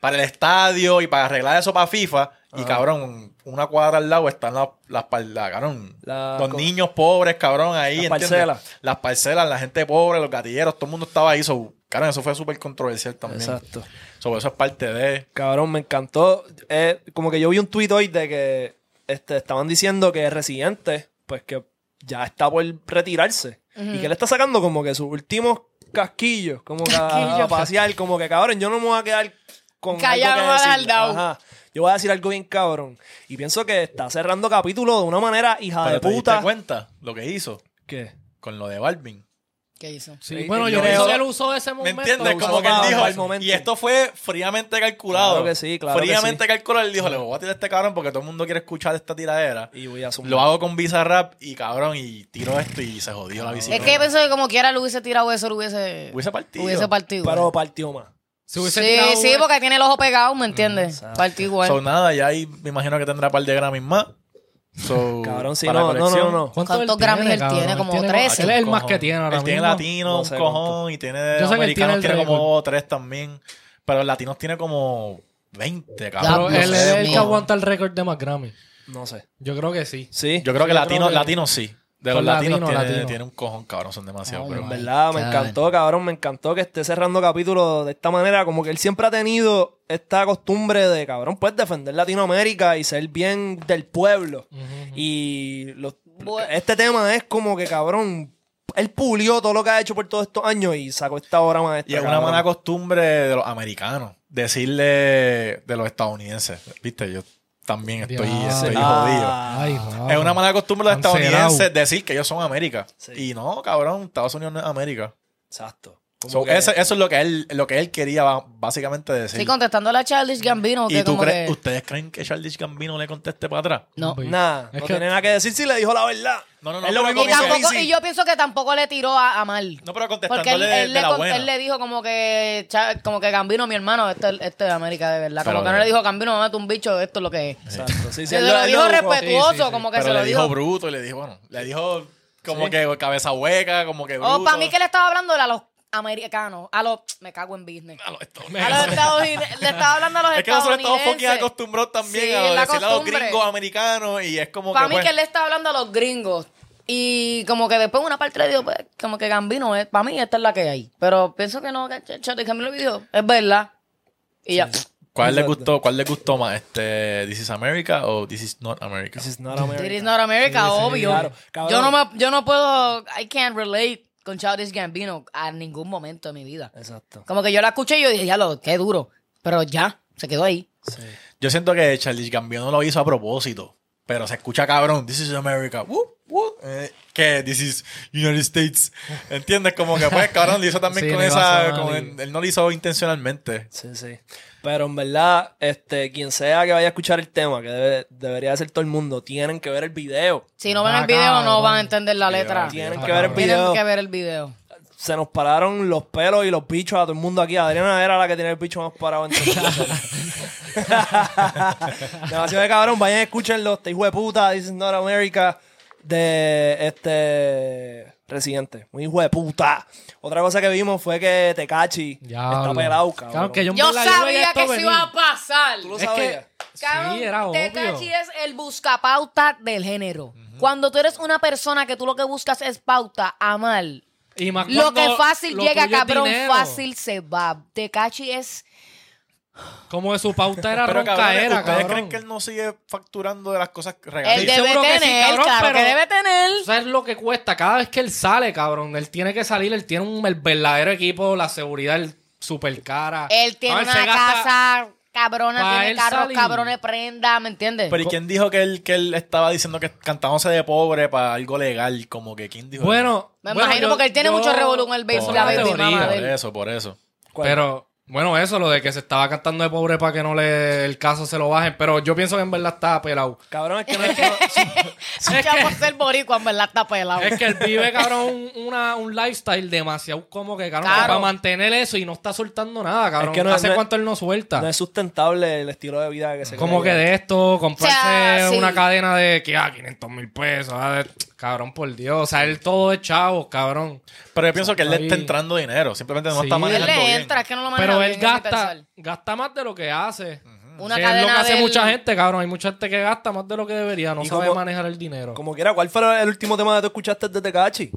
para el estadio y para arreglar eso para FIFA. Y cabrón, una cuadra al lado están las las pal- la- cabrón,
La-
los
co-
niños pobres, cabrón, ahí.
Las
¿entiendes?
parcelas.
Las parcelas, la gente pobre, los gatilleros, todo el mundo estaba ahí. So, cabrón, eso fue súper controversial también.
Exacto.
So, eso es parte de.
Cabrón, me encantó. Eh, como que yo vi un tuit hoy de que este, estaban diciendo que Residente, pues que ya está por retirarse. Y que él está sacando como que sus últimos casquillos, como que a- a
Casquillos.
pasear, como que cabrón, yo no me voy a quedar con
Callado,
algo
me voy
que
a dejar
decir.
dao.
Ajá. Yo voy a decir algo bien cabrón. Y pienso que está cerrando capítulo de una manera hija
pero
Ah, de
te diste
puta.
cuenta lo que hizo
¿Qué?
con lo de Balvin.
¿Qué hizo?
Sí,
Sí,
bueno,
y
yo
creo-
pienso que él usó ese
¿Me
momento.
entiendes?
lo
Como
usó
que él
para-
dijo.
para el momento.
Y esto fue fríamente calculado.
Claro que sí, claro que
Fríamente
sí.
calculado. Él dijo: Le voy a tirar a este cabrón porque todo el mundo quiere escuchar esta tiradera.
Y voy a sumar.
Lo hago con Visa Rap y cabrón, y tiro esto y se jodió la visita.
Es que yo pienso que como quiera lo hubiese tirado eso, lo hubiese,
Hubiese partido.
hubiese partido.
Pero partió más.
Si hubiese
sí,
tirado
sí,
una-
porque tiene el ojo pegado, ¿me entiendes?
Exacto.
Partió igual.
Mm, So, nada, ya ahí me imagino que tendrá par de Grammys más. So,
Cabrón, sí,
para
no, no,
colección.
no, no.
¿Cuántos Grammys él
cabrón?
tiene? Como 13.
Él es el
Un
más
cojón.
que tiene ahora
Él tiene
mismo.
latino,
No
un
sé
cojón, y tiene
Yo sé que él tiene
americanos,
el
tiene, como
récord.
tres también. Pero el latino tiene como 20,
Pero
cabrón.
No
él es
sé,
el que
mío.
aguanta el récord de más Grammy.
No sé.
Yo creo que sí.
Sí.
Yo creo que
Yo
latino,
creo que-
latino sí. De los
Son
latinos
latinos,
tiene,
latinos.
tiene un cojón, cabrón. Son demasiado.
Oh,
pero-
En
my
verdad, me
God.
encantó, cabrón, me encantó que esté cerrando capítulo de esta manera, como que él siempre ha tenido esta costumbre de, cabrón, pues defender Latinoamérica y ser bien del pueblo. Y los-
Bu-
este tema es como que, cabrón, él pulió todo lo que ha hecho por todos estos años y sacó esta obra maestra.
Y es una
cabrón.
mala costumbre de los americanos. Decirle de los estadounidenses. Viste, yo también estoy,
Ya.
estoy
Ah.
Ay, wow.
jodido. Es una mala costumbre de los
Cancelado.
estadounidenses decir que ellos son América.
Sí.
Y no, cabrón, Estados Unidos no es América.
Exacto. Como
So,
que-
ese- eso es lo que él, lo que él quería ba- básicamente decir.
Sí, contestando a Childish Gambino.
¿Y
que
tú
como
crees-
que-
ustedes creen que Charles Gambino le conteste para atrás?
No.
Nah,
Es
no
que-
tiene nada que decir si le dijo la verdad.
No, no, no,
Es lo
pero
mismo
Y,
que
como
tampoco,
Jay-Z.
y yo pienso que tampoco le tiró a, a mal.
No, pero
Porque él,
contestándole
él
de,
le,
la
con-
buena.
él le dijo como que cha- como que Gambino, mi hermano, este este de América de verdad. Como
Pero
que no
no.
le dijo Gambino, mamá, tú un bicho, esto es lo que es.
Exacto. Sí, sí,
se
él
lo
él
dijo
buscó.
respetuoso,
sí, sí.
como que
Pero
se
le
lo
dijo
dijo.
bruto y le dijo, bueno, le dijo como que cabeza hueca, como que bruto.
O para Oh, mí que le estaba hablando era a los americanos, a los me cago en business.
A los estados-
A los estadounidenses, le estaba hablando a los
Es que nosotros estamos fucking
estadounidenses.
acostumbrados también
Sí,
a
la
decirle a los
costumbre.
gringos americanos y es como
Para
que, pues,
mí que él le estaba hablando a los gringos. Y como que después una parte le dijo, pues, como que Gambino es, para mí esta es la que hay. Pero pienso que no, que Ch- Charlie Gambino le dijo, es verdad. Y ya.
¿Cuál le gustó, cuál le gustó más, este This is America o This is not America?
This is not America.
It is not America, obvio.
claro. Cabrón.
yo, no me, yo no puedo, I can't relate con Childish Gambino a ningún momento de mi vida.
Exacto.
Como que yo la escuché y yo dije, ya lo, qué duro. Pero ya, se quedó ahí.
Sí.
Yo siento que Charlie Gambino lo hizo a propósito, pero se escucha cabrón, This is America, whoop, whoop, eh, que This is United States, ¿entiendes? Como que pues cabrón lo hizo también
Sí,
con
le va a
esa,
sonar
con-
y-
él, él no lo hizo intencionalmente.
Sí, sí. Pero en verdad, este, quien sea que vaya a escuchar el tema, que debe- debería ser todo el mundo, tienen que ver el video.
Si no ven
Ah,
el video, no van a entender la letra.
Tienen que ver el
Tienen
video.
que ver el video.
Se nos pararon los pelos y los bichos a todo el mundo aquí. Adriana era la que tenía el bicho más parado entre nosotros. Demasiado de cabrón. Vayan, escúchenlo. Este hijo de puta, This is not America, de este residente. Un hijo de puta. Otra cosa que vimos fue que Tecachi está
Diablo.
pelado, cabrón.
Cabrón, que yo, en
Yo
verdad, yo veía
sabía
esto
que eso
venir.
iba a pasar.
Tú lo
Es que-
sabías.
Cabrón,
Sí, era obvio.
Tekashi es el buscapauta del género. Cuando tú eres una persona que tú lo que buscas es pauta, amar.
Y más
Lo
Ah, cuando
que fácil
lo
llega,
tuyo es
cabrón,
dinero.
fácil se va. Tekashi es.
Como de su pauta era
Pero
ronca
cabrones,
era,
¿ustedes
cabrón.
creen que él no sigue facturando de las cosas
Él
regalitas?
de-
debe
seguro que sí,
tener,
cabrón,
claro
pero-
que debe tener.
Eso es lo que cuesta. Cada vez que él sale, cabrón, él tiene que salir, él tiene un el verdadero equipo, la seguridad el super cara.
Él tiene
No,
una
se gasta-
casa cabrona,
pa'
tiene
él
carros
salir.
cabrones, prenda, ¿me entiendes?
Pero ¿y quién dijo que él, que él estaba diciendo que cantándose de pobre para algo legal? Como que ¿quién dijo
Bueno,
Me
bueno,
imagino
yo-
porque él tiene
yo-
mucho revolú en el
eso?
béisbol,
Por
la
una
baby
teoría,
mamá
por
de él.
eso, por eso.
¿Cuál?
Pero, bueno, eso, lo de que se estaba cantando de pobre para que no le el caso se lo bajen. Pero yo pienso que en verdad está pelado.
Cabrón, es que no es que-
Ya por ser boricua, en verdad está pelado.
Es que él vive, cabrón, un, una- un lifestyle demasiado como que, cabrón,
Claro.
que para mantener eso y no está soltando nada, cabrón.
que no-
¿Hace
no-
cuánto él no suelta?
no es sustentable el estilo de vida que se
Como que
crea.
de esto, comprarse
O sea, sí.
una cadena de que, ah, 500 mil pesos, ah, de- cabrón, por Dios. O sea, él todo es chavo, cabrón.
Pero yo pienso que él le
Ahí.
está entrando dinero. Simplemente no
Sí.
está
Y él
manejando
le
bien.
entra, es que no lo maneja
Pero
bien,
él
es mi pensar.
gasta, gasta más de lo que hace.
Una
Que es lo
cadena
que hace
del-
mucha gente, cabrón. Hay mucha gente que gasta más de lo que debería, no
Y
sabe
como-
manejar el dinero.
Como quiera, ¿cuál fue el último tema que tú escuchaste de Tecachi?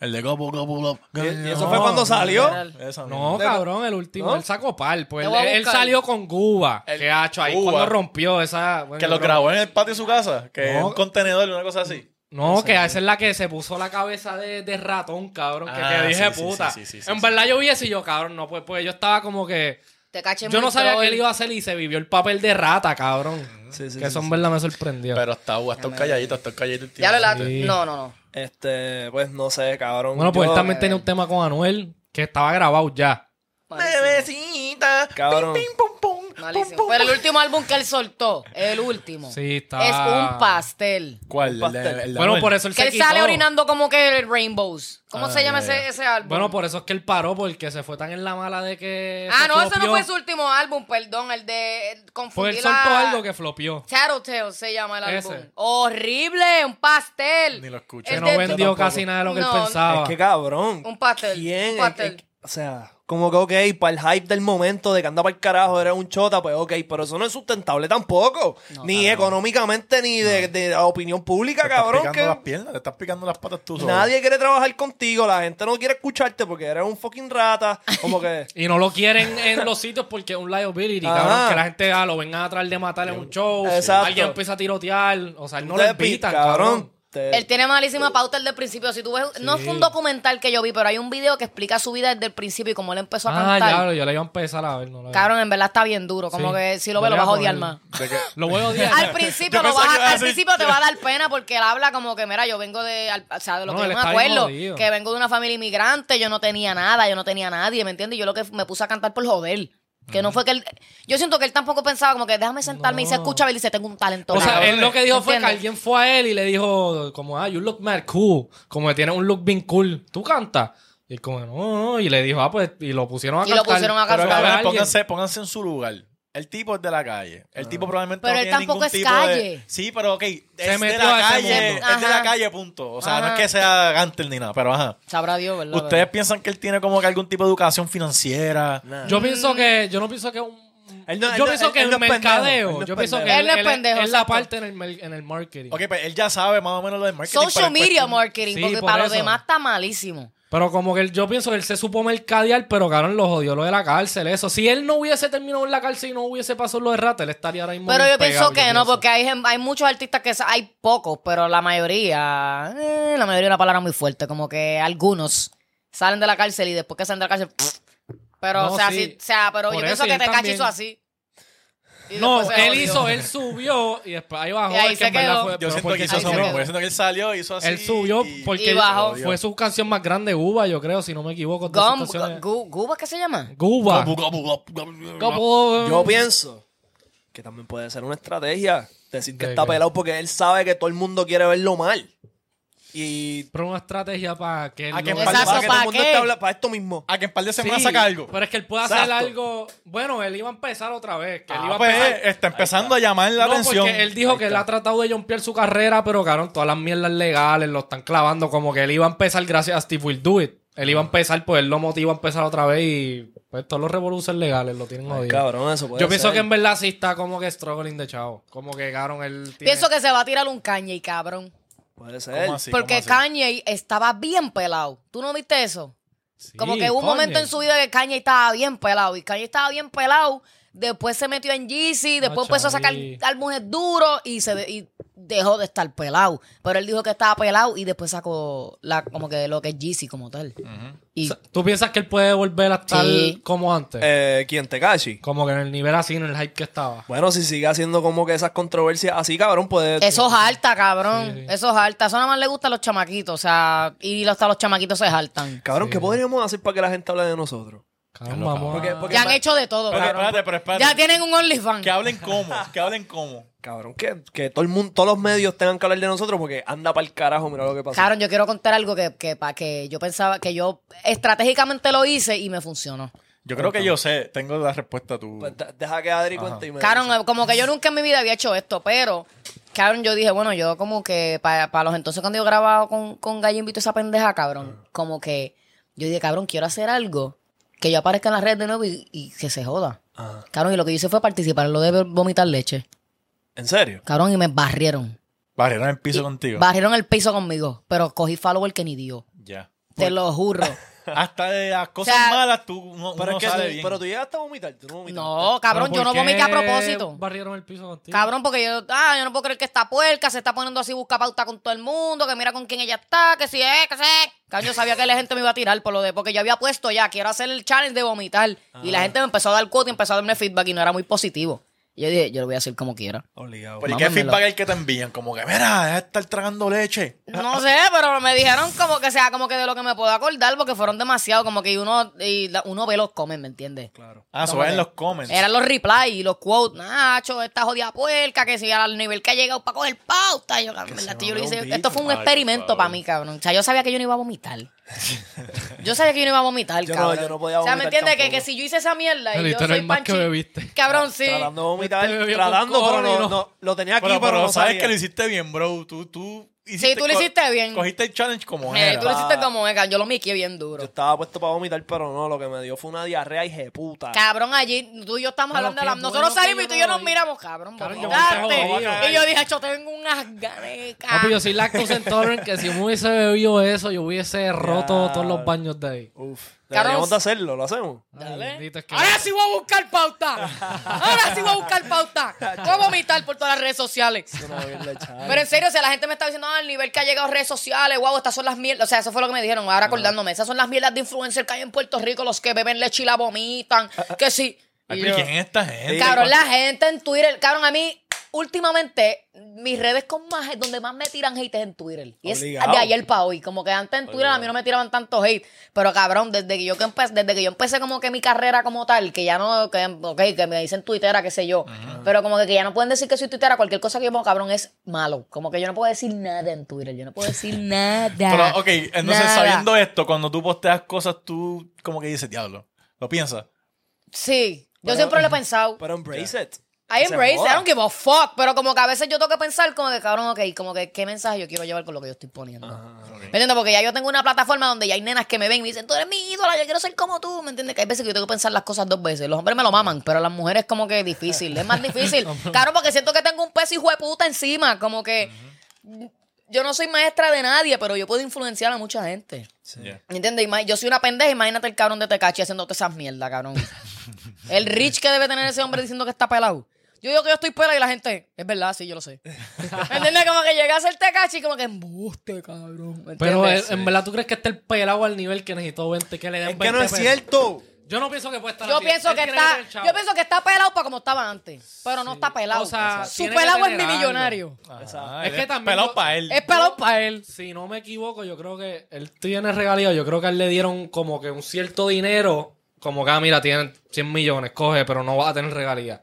El de Gopu, Gopu, Gopu.
Y, y eso
No,
fue cuando salió.
esa
No,
De-
cabrón, el último,
¿No?
él sacó par. Pues
Te
él,
voy a
él
buscar.
salió con Cuba, que ha hecho ahí
Cuba.
cuando rompió esa. bueno,
Que lo
rom-
grabó en el patio de su casa, que
No.
es un contenedor, una cosa así.
No, que esa es la que se puso la cabeza de, de ratón, cabrón. que-
Ah,
que dije,
sí, sí,
puta.
sí, sí, sí,
en
sí.
verdad yo vi eso y yo, cabrón, no, pues, pues yo estaba como que.
Te caché
Yo no
muy
sabía
troll.
qué él iba a hacer y se vivió el papel de rata, cabrón.
Sí, sí,
que
sí,
eso en
sí.
verdad me sorprendió.
Pero está, está un calladito, está un calladito el tío.
Ya lo la...
Sí.
No, no, no.
Este, pues no sé, cabrón.
bueno, pues
Yo-
él
eh,
también tenía un tema con Anuel que estaba grabado ya.
Bebecita.
Cabrón.
Pim, pim, pum, pum.
Malísimo.
Pum, pum.
Pero el último álbum que él soltó, el último,
Sí, estaba.
es un pastel.
¿Cuál?
Un pastel.
Bueno, por eso él
Que
se
él
quitó.
sale orinando como que el Rainbows. ¿Cómo
Ah,
se llama
ya, ya.
ese, ese álbum?
Bueno, por eso es que él paró, porque se fue tan en la mala de que.
Ah,
se
no, ese no
flopió.
fue su último álbum, perdón, el de eh, el-
Fue
confundí
él
la-
soltó algo que flopió.
Tattletales se llama el
Ese.
álbum. Horrible, un pastel.
Ni lo escuché.
El
Que no
de-
vendió
tampoco.
casi nada de lo que
No,
él pensaba.
Es que cabrón.
Un pastel,
¿Quién?
un pastel.
Es- es- o sea, como que, ok, para el hype del momento de que anda para el carajo, era un chota, pues ok, pero eso no es sustentable tampoco. ni económicamente, ni de, de la opinión pública,
Te estás
cabrón.
picando
Que
las piernas, te estás picando las patas tú solo.
nadie quiere trabajar contigo, la gente no quiere escucharte porque eres un fucking rata. Como que.
Y no lo quieren en los sitios porque es un liability,
Ajá.
cabrón. Que la gente ah, lo vengan a tratar de matar en un show.
Exacto.
Alguien empieza a tirotear. O sea, él no
te
lo
pi-
invitan, cabrón.
te-
Él tiene malísima pauta desde el principio. Si tú ves, no fue un documental que yo vi, pero hay un video que explica su vida desde el principio y cómo él empezó a
Ah,
cantar.
ya, yo le iba a empezar a ver. No lo había-
Cabrón, en verdad está bien duro. Como
Sí.
que si lo
Yo
ves,
le
lo vas a
voy a
odiar
poner-
más.
De que-
Lo voy a odiar.
Al principio,
Yo
lo
pensaba
vas
que
a-
ibas a
al
decir-
principio te va a dar pena porque él habla como que, mira, yo vengo de, al- o sea, de lo
No,
que
él
yo me
está bien
acuerdo,
jodido.
que vengo de una familia inmigrante, yo no tenía nada, yo no tenía nadie, ¿me entiendes? Yo lo que me puse a cantar por joder. Que no fue que él. Yo siento que él tampoco pensaba como que déjame sentarme y se escucha y dice, tengo un talento.
O sea,
cabrón".
él lo que dijo fue que
¿Entiendes?
alguien fue a él y le dijo, como, ah, you look mad cool. Como que tienes un look bien cool. ¿Tú cantas? Y él como, no, no. Y le dijo, ah, pues, y lo pusieron a
Y lo
cantar.
pusieron a
Pero
cantar.
había
cabrones,
alguien.
pónganse, pónganse en su lugar. El tipo es de la calle. El tipo probablemente
Pero
no
él
tiene
tampoco
ningún
es
tipo
calle.
De... Sí, pero ok. Es de
metió
la
a ese
calle.
mundo.
Es de
Ajá.
la calle, punto. O sea, no
Ajá.
es que sea Gantel ni nada, pero ajá.
Sabrá Dios, ¿verdad?
¿Ustedes piensan que él tiene como que algún tipo de educación financiera?
Nah.
Yo pienso que, yo no pienso que un...
Él no- él
yo
no-
pienso
él-
que
él
el
no es pendejo,
mercadeo,
él no es
yo pienso que
pendejo. Él no es pendejo,
es la
exacto.
parte en el, mer- en el marketing.
Ok, pues él ya sabe más o menos lo del marketing. pero
Social
es
media
cuestión-
marketing,
Sí,
porque
por
para los
eso.
demás está malísimo.
Pero como que él- yo pienso que él se supo mercadear, pero cabrón, lo jodió lo de la cárcel, eso. Si él no hubiese terminado en la cárcel y no hubiese pasado lo de rata, él estaría ahora mismo
Pero
bien
yo pienso
pegado,
que no, porque hay, gen- hay muchos artistas que sa- hay pocos, pero la mayoría, eh, la mayoría es una palabra muy fuerte, como que algunos salen de la cárcel y después que salen de la cárcel, pff, pero
No,
o sea,
sí.
sí, o sea, pero
Por
yo pienso
eso, y
que
él
te
también.
hizo así. Y
No,
después se
él
jodió.
hizo, él subió y después ahí bajó.
Y ahí
es
se
que en verdad
quedó.
fue-
Yo
pero
siento
porque
que hizo
ahí
eso
se
mismo.
quedó.
Yo siento que él salió, hizo así.
Él subió
y-
porque
Y bajó.
fue su canción más grande, Uva, yo creo, si no me equivoco. de sus
Gum,
canciones.
Gu- Guba, ¿qué se llama?
Guba. Guba.
Yo pienso que también puede ser una estrategia decir que
¿De
está
qué?
pelado porque él sabe que todo el mundo quiere verlo mal. Y
Pero una estrategia para que él
¿A qué
no-
pasa?
para que todo el
¿pa'
mundo
qué?
esté habla- para esto mismo.
Ah,
A que en par de
Sí,
semanas saca algo.
Pero es que él puede hacer
Exacto. eh,
algo. Bueno, él iba a empezar otra vez. Que él
Ah,
iba a
pues,
empezar.
está empezando a llamar la
no,
atención.
porque él dijo que él ha tratado de jumpear su carrera, pero cabrón, todas las mierdas legales lo están clavando. Como que él iba a empezar gracias a Steve Will Do It. Él
Ah.
iba a empezar, pues él lo motiva a empezar otra vez y pues todos los revoluciones legales lo tienen
Ay,
jodido.
Pues, Cabrón, eso puede
Yo pienso
ser.
que en verdad sí está como que struggling de chavo. Como que cabrón, él tiene-
Pienso que se va a tirar un Kanye, cabrón.
Puede ser.
¿Cómo así?
porque
¿Cómo así?
Kanye estaba bien pelado. ¿Tú no viste eso?
Sí,
Como que hubo un
coño.
momento en su vida que Kanye estaba bien pelado. Y Kanye estaba bien pelado. Después se metió en Yeezy. Después empezó a sacar
Ah, Chavi.
álbumes duros y se de- y dejó de estar pelado. Pero él dijo que estaba pelado y después sacó la, como que lo que es Yeezy como tal. Y
O sea, ¿Tú piensas que él puede volver a estar
Sí.
como antes?
Eh, ¿Quién te cachi?
Como que en el nivel así, en el hype que estaba.
Bueno, si sigue haciendo como que esas controversias así, cabrón, puede.
eso es alta, cabrón.
Sí, sí.
Eso es alta. Eso nada más le gusta a los chamaquitos. O sea, y hasta los chamaquitos se jaltan.
Cabrón,
Sí.
¿qué podríamos hacer para que la gente hable de nosotros?
Cabrón,
Carlos,
vamos.
cabrón.
a-
Porque-
Ya han hecho de todo,
Pero
cabrón.
espérate, pero espérate.
Ya tienen un OnlyFans.
Que hablen como, que hablen como.
Cabrón, que, que todo el mundo, todos los medios tengan que hablar de nosotros porque anda para el carajo, mira lo que pasó.
Cabrón, yo quiero contar algo que, que, pa- que yo pensaba que yo estratégicamente lo hice y me funcionó.
Yo creo que yo sé, tengo la respuesta tú.
Pues de- deja que Adri cuente y me. dice.
Cabrón, eh, como que yo nunca en mi vida había hecho esto, pero, cabrón, yo dije, bueno, yo como que para los entonces cuando yo grababa con, con Gallo Invito esa pendeja, cabrón, como que yo dije, cabrón, quiero hacer algo que yo aparezca en la red de nuevo y, y que se joda.
Ajá.
Cabrón, y lo que yo hice fue participar en lo de vomitar leche.
¿En serio?
Cabrón, y me barrieron.
Barrieron el piso contigo.
Barrieron el piso conmigo, pero cogí follower que ni dio.
Ya.
Te lo juro.
Hasta de las cosas
O sea,
malas tú uno,
Pero,
uno
es que
sale
tú-
bien.
pero tú llegaste a vomitar, tú no vomitaste.
No, cabrón, yo
¿Pero
no
por
vomité a
qué
propósito.
Barrieron el piso contigo.
Cabrón, porque yo, ah, yo no puedo creer que esta puerca se está poniendo así, busca pauta con todo el mundo, que mira con quién ella está, que si es, que si es. Cabrón, yo sabía que la gente me iba a tirar por lo de, porque yo había puesto ya, quiero hacer el challenge de vomitar. Y la gente me empezó a dar cuota y empezó a darme feedback y no era muy positivo. Y yo dije, yo lo voy a hacer como quiera.
Obligado.
Pero ¿y qué
mámamelo.
feedback es el que te envían? Como que, mira, deja de estar tragando leche.
No sé, pero me dijeron como que sea, como que de lo que me puedo acordar, porque fueron demasiado, como que uno, y la- uno ve los comen, ¿me entiendes?
Claro.
Ah, eso
Como
es
que
en los comments.
Eran los replies y los quotes. Nacho, esta jodida puerca que si al nivel que ha llegado para coger pauta. Y yo, cabrón, ¿verdad?
se
Yo lo
mamó
hice-
un bicho.
esto fue un
Ay, por
experimento
favor.
para mí, cabrón. O sea, yo sabía que yo no iba a vomitar. yo sabía que yo no iba a vomitar,
Yo no-
cabrón.
yo no podía
O sea, ¿me
vomitar
entiendes? Que,
tampoco.
que si yo hice esa mierda y yo
Literal,
soy
más que
panchi-
bebiste.
Cabrón, sí.
Tratando de vomitar,
Este bebió con
tratando, pero
cojones y
no,
no-
no- Lo tenía aquí,
Pero,
pero,
pero
no
sabes
sabía.
que lo hiciste bien, bro. Tú, tú hiciste
tú lo
co-
hiciste bien.
Cogiste el challenge como
Eh,
era.
tú lo hiciste como, eh, cabrón, yo lo miqué bien
Yo
duro.
estaba puesto para vomitar, pero no, lo que me dio fue una diarrea hijeputa.
Cabrón, allí tú y yo estamos
Pero
hablando de
qué
la...
bueno
Nosotros
que
salimos
yo
y tú y
no
yo
lo
nos
vi.
miramos, cabrón,
Cabrón, yo
vomitaste.
me
estaba jodido.
Y yo dije, yo tengo unas ganas,
Papi, yo soy lactose intolerant que si me hubiese bebido eso, yo hubiese roto todos los baños de ahí.
Uf.
Cabrón,
Deberíamos de
sí.
hacerlo, lo hacemos.
Dale.
Ay, bendito, es que-
Ahora sí voy a buscar pauta. Ahora sí voy a buscar pauta. Voy a vomitar por todas las redes sociales.
Una mierda, chaval.
Pero en serio, o sea, la gente me está diciendo, ah, el nivel que ha llegado a redes sociales, wow, estas son las mierdas. O sea, eso fue lo que me dijeron, ahora acordándome. Esas son las mierdas de influencer que hay en Puerto Rico, los que beben leche y la vomitan.
Ah,
Que sí.
Ay,
Y
pero
yo,
¿Quién es esta gente?
Cabrón, la gente en Twitter, cabrón, a mí, últimamente, mis redes con más, hate, donde más me tiran hate es en Twitter. Y es
Obligado.
de ayer para hoy. Como que antes en Twitter a mí no me tiraban tanto hate. Pero cabrón, desde que yo que empecé, desde que yo empecé como que mi carrera como tal, que ya no, que, ok, que me dicen tuitera, qué sé yo. Pero como que, que ya no pueden decir que soy tuitera, cualquier cosa que yo pongo, cabrón, es malo. Como que yo no puedo decir nada en Twitter. Yo no puedo decir nada.
Pero, ok, entonces
Nada.
sabiendo esto, cuando tú posteas cosas, tú como que dices, diablo, lo piensas.
Sí. Yo
Pero-
siempre lo he pensado.
Pero embrace it.
I
Que se
embrace, it, I
joda.
don't give a fuck. Pero como que a veces yo tengo que pensar como que, cabrón, ok, como que qué mensaje yo quiero llevar con lo que yo estoy poniendo. ¿Me entiendes? Porque ya yo tengo una plataforma donde ya hay nenas que me ven y me dicen, tú eres mi ídola, yo quiero ser como tú. ¿Me entiendes? Que hay veces que yo tengo que pensar las cosas dos veces. Los hombres me lo maman, pero las mujeres como que es difícil. Es más difícil. claro, porque siento que tengo un peso hijo de puta encima. Como que yo no soy maestra de nadie, pero yo puedo influenciar a mucha gente.
Ya.
¿Me entiendes? Ima- Yo soy una pendeja, imagínate el cabrón de Tecachi haciéndote esas mierdas, cabrón. El rich que debe tener ese hombre diciendo que está pelado. Yo digo que yo estoy pelado y la gente, es verdad, sí, yo lo sé. ¿Me entiendes? Como que llega a ser Tecachi y como que embuste, cabrón. ¿Me
Pero eh,
entiendes?
en en verdad, ¿tú crees que está el pelado al nivel que necesitó 20? Que le den
Es que no
20
es
pesos?
cierto.
Yo Yo no pienso que puede estar
Yo
así.
pienso
Él
que
tiene
está,
ser chavo.
yo pienso que está pelado para como estaba antes. Pero no
Sí.
está pelado.
O sea,
Su
tiene
pelado
que
es mi
tener algo. Ah,
millonario.
Ajá,
Es
Ah, él
que también
Pelado
lo-
para él.
Es pelado para él.
Si no me equivoco, yo creo que él tiene regalías. Yo creo que a él le dieron como que un cierto dinero. Como que, ah, mira, tienen 100 millones, coge, pero no va a tener regalías.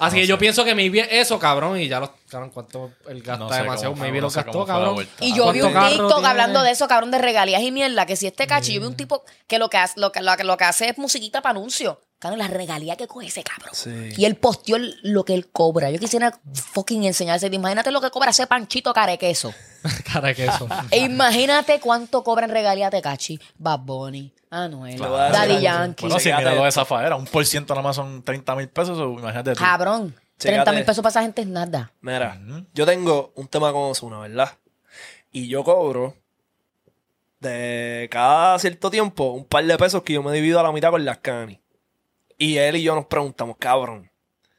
Así que yo pienso que maybe eso, cabrón, y ya los. Cabrón, cuánto él gasta
No sé
demasiado.
cómo-
maybe
no
lo
sé
gastó,
cómo fue la
cabrón.
vuelta.
Y yo vi un
¿Cuánto carro
TikTok
tiene? Mm.
hablando de eso, cabrón, de regalías y mierda, que si este cacho, yo vi un tipo que lo que hace, lo que, lo, que- lo que hace es musiquita para anuncios. Cabrón, la regalía que coge ese cabrón.
Sí.
Y él posteó el- lo que él cobra. Yo quisiera fucking enseñarse. Imagínate lo que cobra ese panchito carequeso.
Cara que eso.
E imagínate cuánto cobran regalías Tecachi, Bad Bunny, Anuel,
Claro.
Daddy
Claro.
Yankee.
Bueno, si
Checate
mira lo de
esto.
Zafa era un por ciento nada más son 30 mil pesos, o imagínate tú.
Cabrón,
Chécate.
30 mil pesos para esa gente es nada.
Mira, yo tengo un tema con Osuna, ¿verdad? Y yo cobro de cada cierto tiempo un par de pesos que yo me divido a la mitad con las canis. Y él y yo nos preguntamos, cabrón,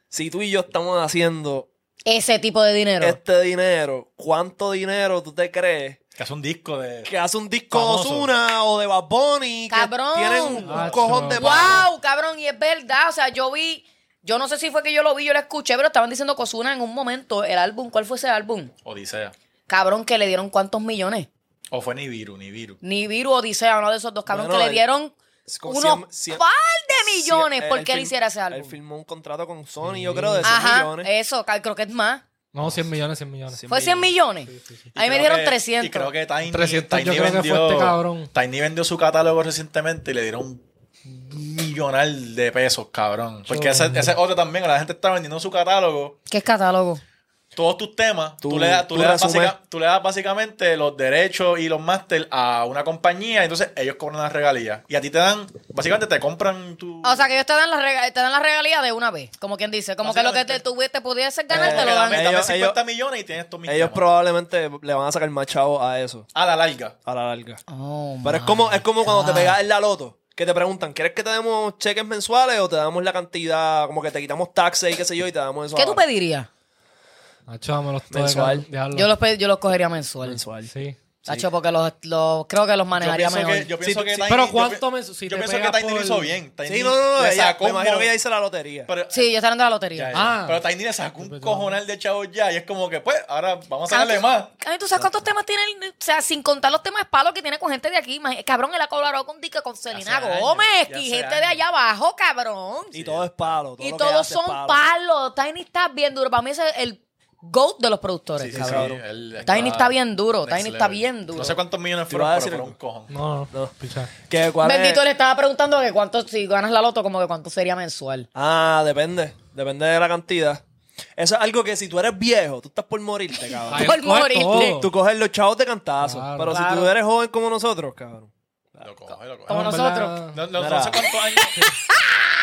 si tú y yo estamos haciendo
Ese tipo de dinero.
este dinero, ¿cuánto dinero tú te crees
Que hace un disco de.
que hace un disco de
Famoso.
Osuna o de Bad Bunny? que
Cabrón.
Tienen un
Ah,
cojón
chavo.
de palos?
Wow, cabrón, y es verdad. O sea, yo vi, yo no sé si fue que yo lo vi, yo lo escuché, pero estaban diciendo Cosuna en un momento, el álbum, ¿cuál fue ese álbum?
Odisea.
Cabrón, que le dieron cuántos millones.
O fue Nibiru, Nibiru.
Ni Viru Odisea, uno de esos dos cabrón,
Bueno,
que le
el-
dieron
Con
unos
cien- cien-
par de
cien-
millones
eh,
él
porque él,
fir-
hiciera ese álbum.
Él firmó un contrato con Sony, yo creo, de 100
Ajá,
millones.
eso, ca- creo que es más.
No, 100 millones, 100 millones.
¿Fue 100 millones?
Y
A mí me
creo
dieron
que- Y
300.
creo que Tiny,
300 yo
Tiny
creo que fue
vendió,
este cabrón.
Tiny vendió su catálogo recientemente y le dieron un millonal de pesos, cabrón. Porque ese, ese es otro también, la gente está vendiendo su catálogo,
¿Qué es catálogo?
todos tus temas, tú,
Tú-
le, das, tú,
tú
le das
resumes.
básica- tú le das básicamente los derechos y los máster a una compañía, entonces ellos cobran las regalías. Y a ti te dan, básicamente te compran tu...
O sea, que ellos te dan la, rega- te dan la regalía de una vez, como quien dice. Como que lo que te, tú te pudieses ganar,
Como
te
que
lo
dame,
dan.
dame
Ellos-
50 millones y tienes estos mis
Ellos
temas.
probablemente le van a sacar más chavos a eso,
A la larga.
a la larga.
Oh,
Pero es como, es como cuando te pegas en la loto, que te preguntan, ¿quieres que te demos cheques mensuales o te damos la cantidad, como que te quitamos taxes y qué sé yo, y te damos eso
¿Qué tú
ahora?
pedirías?
Nacho, dámelos todos,
Mensual.
cabrón, déjalo.
Yo los, pe- yo los cogería mensual.
mensual?
Sí.
Tacho, porque los, los- creo que los
Yo
manejaría
pienso
mejor.
que, yo
Sí,
pienso
tú-
que
sí.
Tiny-
Pero
yo
¿cuánto
pi-
me- si
yo
te
pienso que
pegas
Tiny
por-
lo hizo bien. Tiny
Sí, no, no, no,
le
ella-
sacó
me
un
imagino que
mo-
ella hizo la lotería.
Pero,
Sí, yo estaría de la
Ya,
lotería.
ya.
Ah.
Pero Tiny le sacó un cojonal de chavos ya. Y es como que, pues, ahora vamos a sacarle
Cabrón,
más.
cabrón, ¿Tú sabes cuántos temas tiene? el- O sea, sin contar los temas de palo que tiene con gente de aquí. Imagi- Cabrón, él ha colaborado con Dica, con Selena
hace años,
Gómez
ya
y
hace
gente
años.
de allá abajo, cabrón.
Y todo es palo. todo
Y
lo que
todos
hace es
son
palo.
palos. Tiny está bien duro. Para mí ese es el GOAT de los productores,
Sí, sí,
cabrón.
sí, él
Tiny está bien duro,
next
Tiny está
level.
bien duro.
No sé cuántos millones
Te iba
fueron,
a
pero
decir
fueron un
algo.
cojón.
No, no,
No.
picha.
¿Qué, cuál es?
Bendito le estaba preguntando que cuánto, si ganas la loto, como que cuánto sería mensual.
Ah, depende. Depende de la cantidad. Eso es algo que si tú eres viejo, tú estás por morirte, cabrón.
Ay,
Por
él coge
morirte.
todo.
Tú coges los chavos de cantazo.
Claro.
pero si
Claro.
tú eres joven como nosotros, cabrón.
Lo coge, lo coge.
Como
No, en
nosotros.
verdad,
No, no- no
Mira.
sé cuántos años.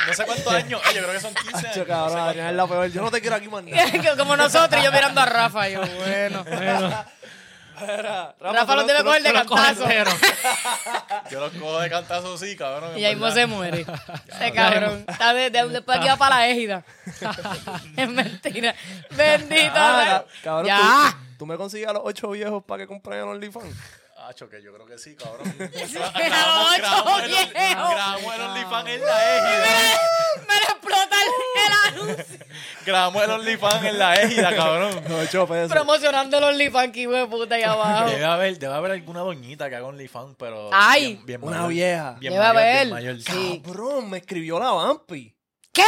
No sé cuántos años. eh, yo creo que son 15 años.
Yo,
no sé
cabrón, Adrián es la peor. Yo no te quiero aquí más nada.
como nosotros, y yo mirando a Rafa, y yo, bueno.
Mira,
Rafa
tú
lo debe
tú
coger de
Pero coge
cantazo.
entero.
cuántos- Yo los cojo de cantazo, sí, cabrón.
Y ahí mismo se muere. Ese cabrón. Está de, de, después aquí va para la égida. es mentira. Bendito.
Ah,
¿verdad?
ca- cabrón,
¿eh? ya.
Tú, tú me consigues a los ocho viejos para que compren el OnlyFans.
Acho, que yo creo que sí, cabrón.
A los
Grabamos
ocho
el-
viejos.
Grabamos el OnlyFans en la égida.
Me lo explota el, el anuncio.
Grabamos el OnlyFans en la égida, cabrón.
Los ocho pesos.
Promocionando los OnlyFans aquí, de puta, allá abajo.
Debe haber, debe haber alguna doñita que haga OnlyFans, pero.
Ay.
bien- bien
Una
mayor.
vieja.
Bien
Debe
mayor, bien
haber.
mayor.
Sí.
Cabrón, me escribió la Vampi.
¿Qué?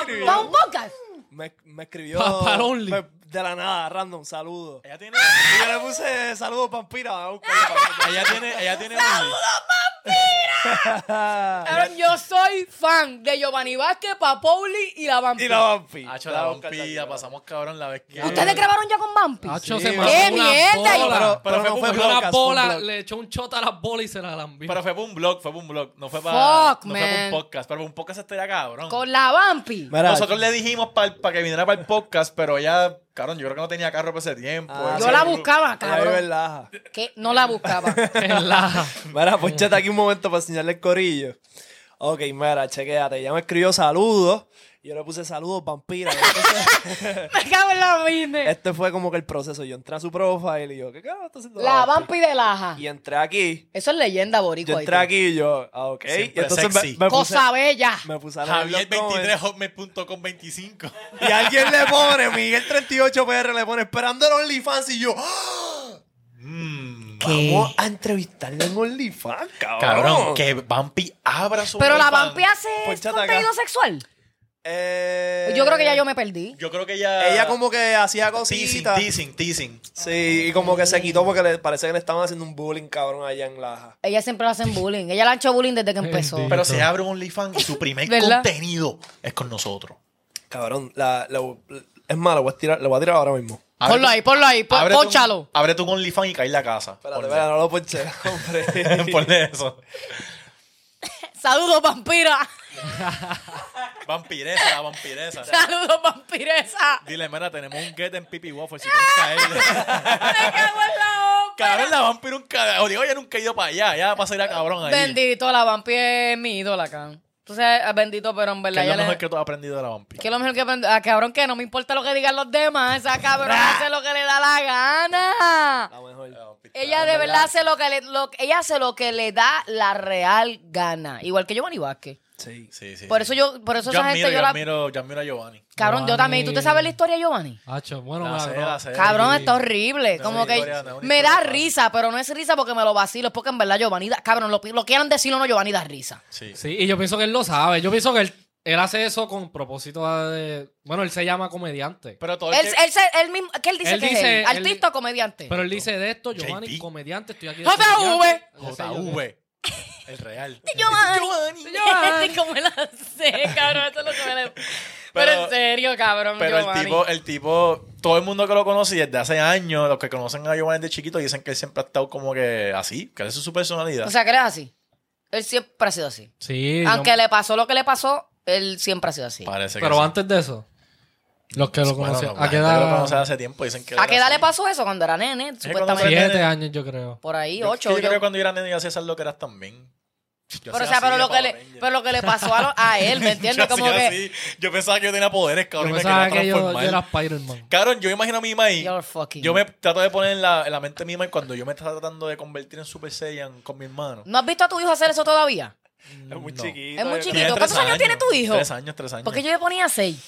escribió.
¿Para un podcast?
Me, me escribió.
Pa- para Only.
me- de la nada, random, saludo.
Ella tiene.
Y yo le puse saludos, Pampira.
Ella tiene. Ella tiene. Only.
Cabrón, yo soy fan de Giovanni Vázquez, Papauli y la Vampi.
y la Vampi.
Hacho, la vampilla, pasamos cabrón la vez que.
¿Ustedes grabaron ya con Vampi?
Nacho
Sí,
se
¡Qué
mandó una
mierda!
bola.
Pero, pero
Pero fue
no fue
un
Mandó una
podcast, fue un
bola,
blog.
le echó un shot a las bolas y se la lambió.
Pero fue por un blog, fue por un blog. No fue para.
Fuck,
no fue para
man.
un podcast. Pero un podcast estaría cabrón.
Con la Vampi.
Mira,
Nosotros le dijimos para que viniera para el podcast, pero ella, cabrón, yo creo que no tenía carro para ese tiempo.
Ah,
Ese
Yo la
grupo-
buscaba,
Ay,
cabrón.
verdad.
Que no la buscaba.
En la-
Mira, ponchate aquí un momento para enseñarle el corillo. Ok, mira, chequéate. Ella me escribió saludos Yo le puse saludos, vampira. Y entonces,
Me cago en la business.
este fue como que el proceso. Yo entré a su profile y yo, ¿qué carajo está haciendo?
La
vampira?
vampi de Laja.
Y entré aquí.
Eso es leyenda boricua.
Yo entré
¿viste?
aquí y yo, ah, ok.
Siempre
Y entonces
sexy.
me, me puse,
Cosa bella.
me puse a leer los comments.
Javier23hotmail.com25.
Y alguien le pone, Miguel38PR le pone, esperando el OnlyFans. Y yo, ¡Ah!
Mm,
vamos a entrevistarle en OnlyFans, cabrón.
Cabrón, que Vampi abra su
Pero la
OnlyFans.
vampi hace
Ponchate acá.
contenido sexual. Pues
Eh,
Yo creo que ya yo me perdí.
Yo creo que ella.
Ella como que hacía
Teasing,
cositas.
teasing, teasing.
Sí, y como que se quitó porque le parece que le estaban haciendo un bullying, cabrón, allá en Laja.
Ella siempre le hacen bullying. Ella le ha hecho bullying desde que empezó.
Bendito.
Pero se abre un OnlyFans y su primer
¿Verdad?
contenido es con nosotros.
Cabrón, la, la- es más, lo voy a tirar, lo voy a tirar ahora mismo.
Abre
Ponlo
tu-
ahí, ponlo ahí, pon-
abre tu-
ponchalo.
Abre tu OnlyFans y cae en la casa.
Espérate,
Ponle-
espérate, no lo ponché, hombre.
Ponle eso.
Saludos, vampira.
Vampiresa, la vampiresa.
Saludos, vampiresa.
Dile, mira, tenemos un get en Pipi Waffle si quieres caerle.
Me cago en la ópera.
cabrón, la vampira nunca. O digo, ella nunca ha ido para allá. Ya pasa a ir a cabrón ahí.
Bendito, la vampi es mi ídola, acá. Entonces, bendito, pero en
Que
verdad.
es lo
ya le-
mejor que tú has aprendido de la vampi.
¿Qué es lo mejor que aprendí? Ah, cabrón, que no me importa lo que digan los demás. Esa cabrón hace lo que le da la gana.
La
Eh,
mejor.
Ella de verdad hace lo que le, lo- ella hace lo que le da la real gana. Igual que Giovanni Vázquez.
Sí.
Sí, sí.
Por
sí.
eso yo, por eso
yo
esa
admiro,
gente
yo,
yo la.
admiro, yo admiro a Giovanni.
Cabrón, yo también. ¿Tú te sabes la historia de Giovanni?
Hacho, bueno,
La
me la
sé,
creo.
la sé.
Cabrón,
Sí.
está horrible.
No,
Como
sí,
que
Gloria, no, una
me da
historia
risa, pero no es risa porque me lo vacilo, es porque en verdad Giovanni da, cabrón, lo, lo quieran decir o no, Giovanni da risa.
Sí.
Sí, y yo pienso que él lo sabe. Yo pienso que él, él hace eso con propósito de... Bueno, él se llama comediante.
Pero todo el
Él,
que-
él, se- él mismo, ¿qué él dice
Él
que
dice-
es él? ¿Artista
él-
o comediante?
Pero él dice de esto, Giovanni,
JP.
comediante, estoy aquí. de
JV.
comediante. Ya sé yo que-
JV. El real.
Giovanni.
Giovanni.
Sí, como la sé, cabrón, eso es lo que me le- Pero,
Pero-
en serio, cabrón,
Pero el
Giovanni.
tipo, el tipo, todo el mundo que lo conoce y desde hace años, los que conocen a Giovanni de chiquito, dicen que él siempre ha estado como que así, que esa es su personalidad.
O sea, que él es así. Él siempre ha sido así.
Sí.
Aunque
yo-
le pasó lo que le pasó, él siempre ha sido así.
Parece que
Pero
sí.
antes de eso, los que lo
Bueno,
conocían.
no, la
¿A qué
gente que lo
edad?
conoce hace tiempo, dicen que.
¿A
era
qué edad
así.
le pasó eso? Cuando era nene,
cuando
supuestamente.
era
Siete años, yo creo.
Por ahí,
Yo-
ocho.
Yo, creo
yo-
que cuando yo era nene yo hacía esas loqueras también. Yo
Pero, o
hacía
sea, pero
así
lo,
de
que le,
Power Ranger.
pero lo que le pasó a, lo- a él, ¿me entiendes?
Yo
Como
hacía
que.
así. Yo pensaba que yo tenía poderes,
Yo
cabrón. y me
pensaba
quería
que yo, yo
transformar.
era Spider-Man.
Cabrón, yo me imagino a mi mamá ahí.
You're fucking.
Yo me trato de poner en la, en la mente misma y cuando yo me estaba tratando de convertir en Super Saiyan con mi hermano.
¿No has visto a tu hijo hacer eso todavía?
Es muy
No.
chiquito. eh.
Es muy
yo
chiquito.
Tiene
creo.
tres
¿Cuántos años tiene tu hijo?
Tres años, tres años.
Porque yo le ponía seis.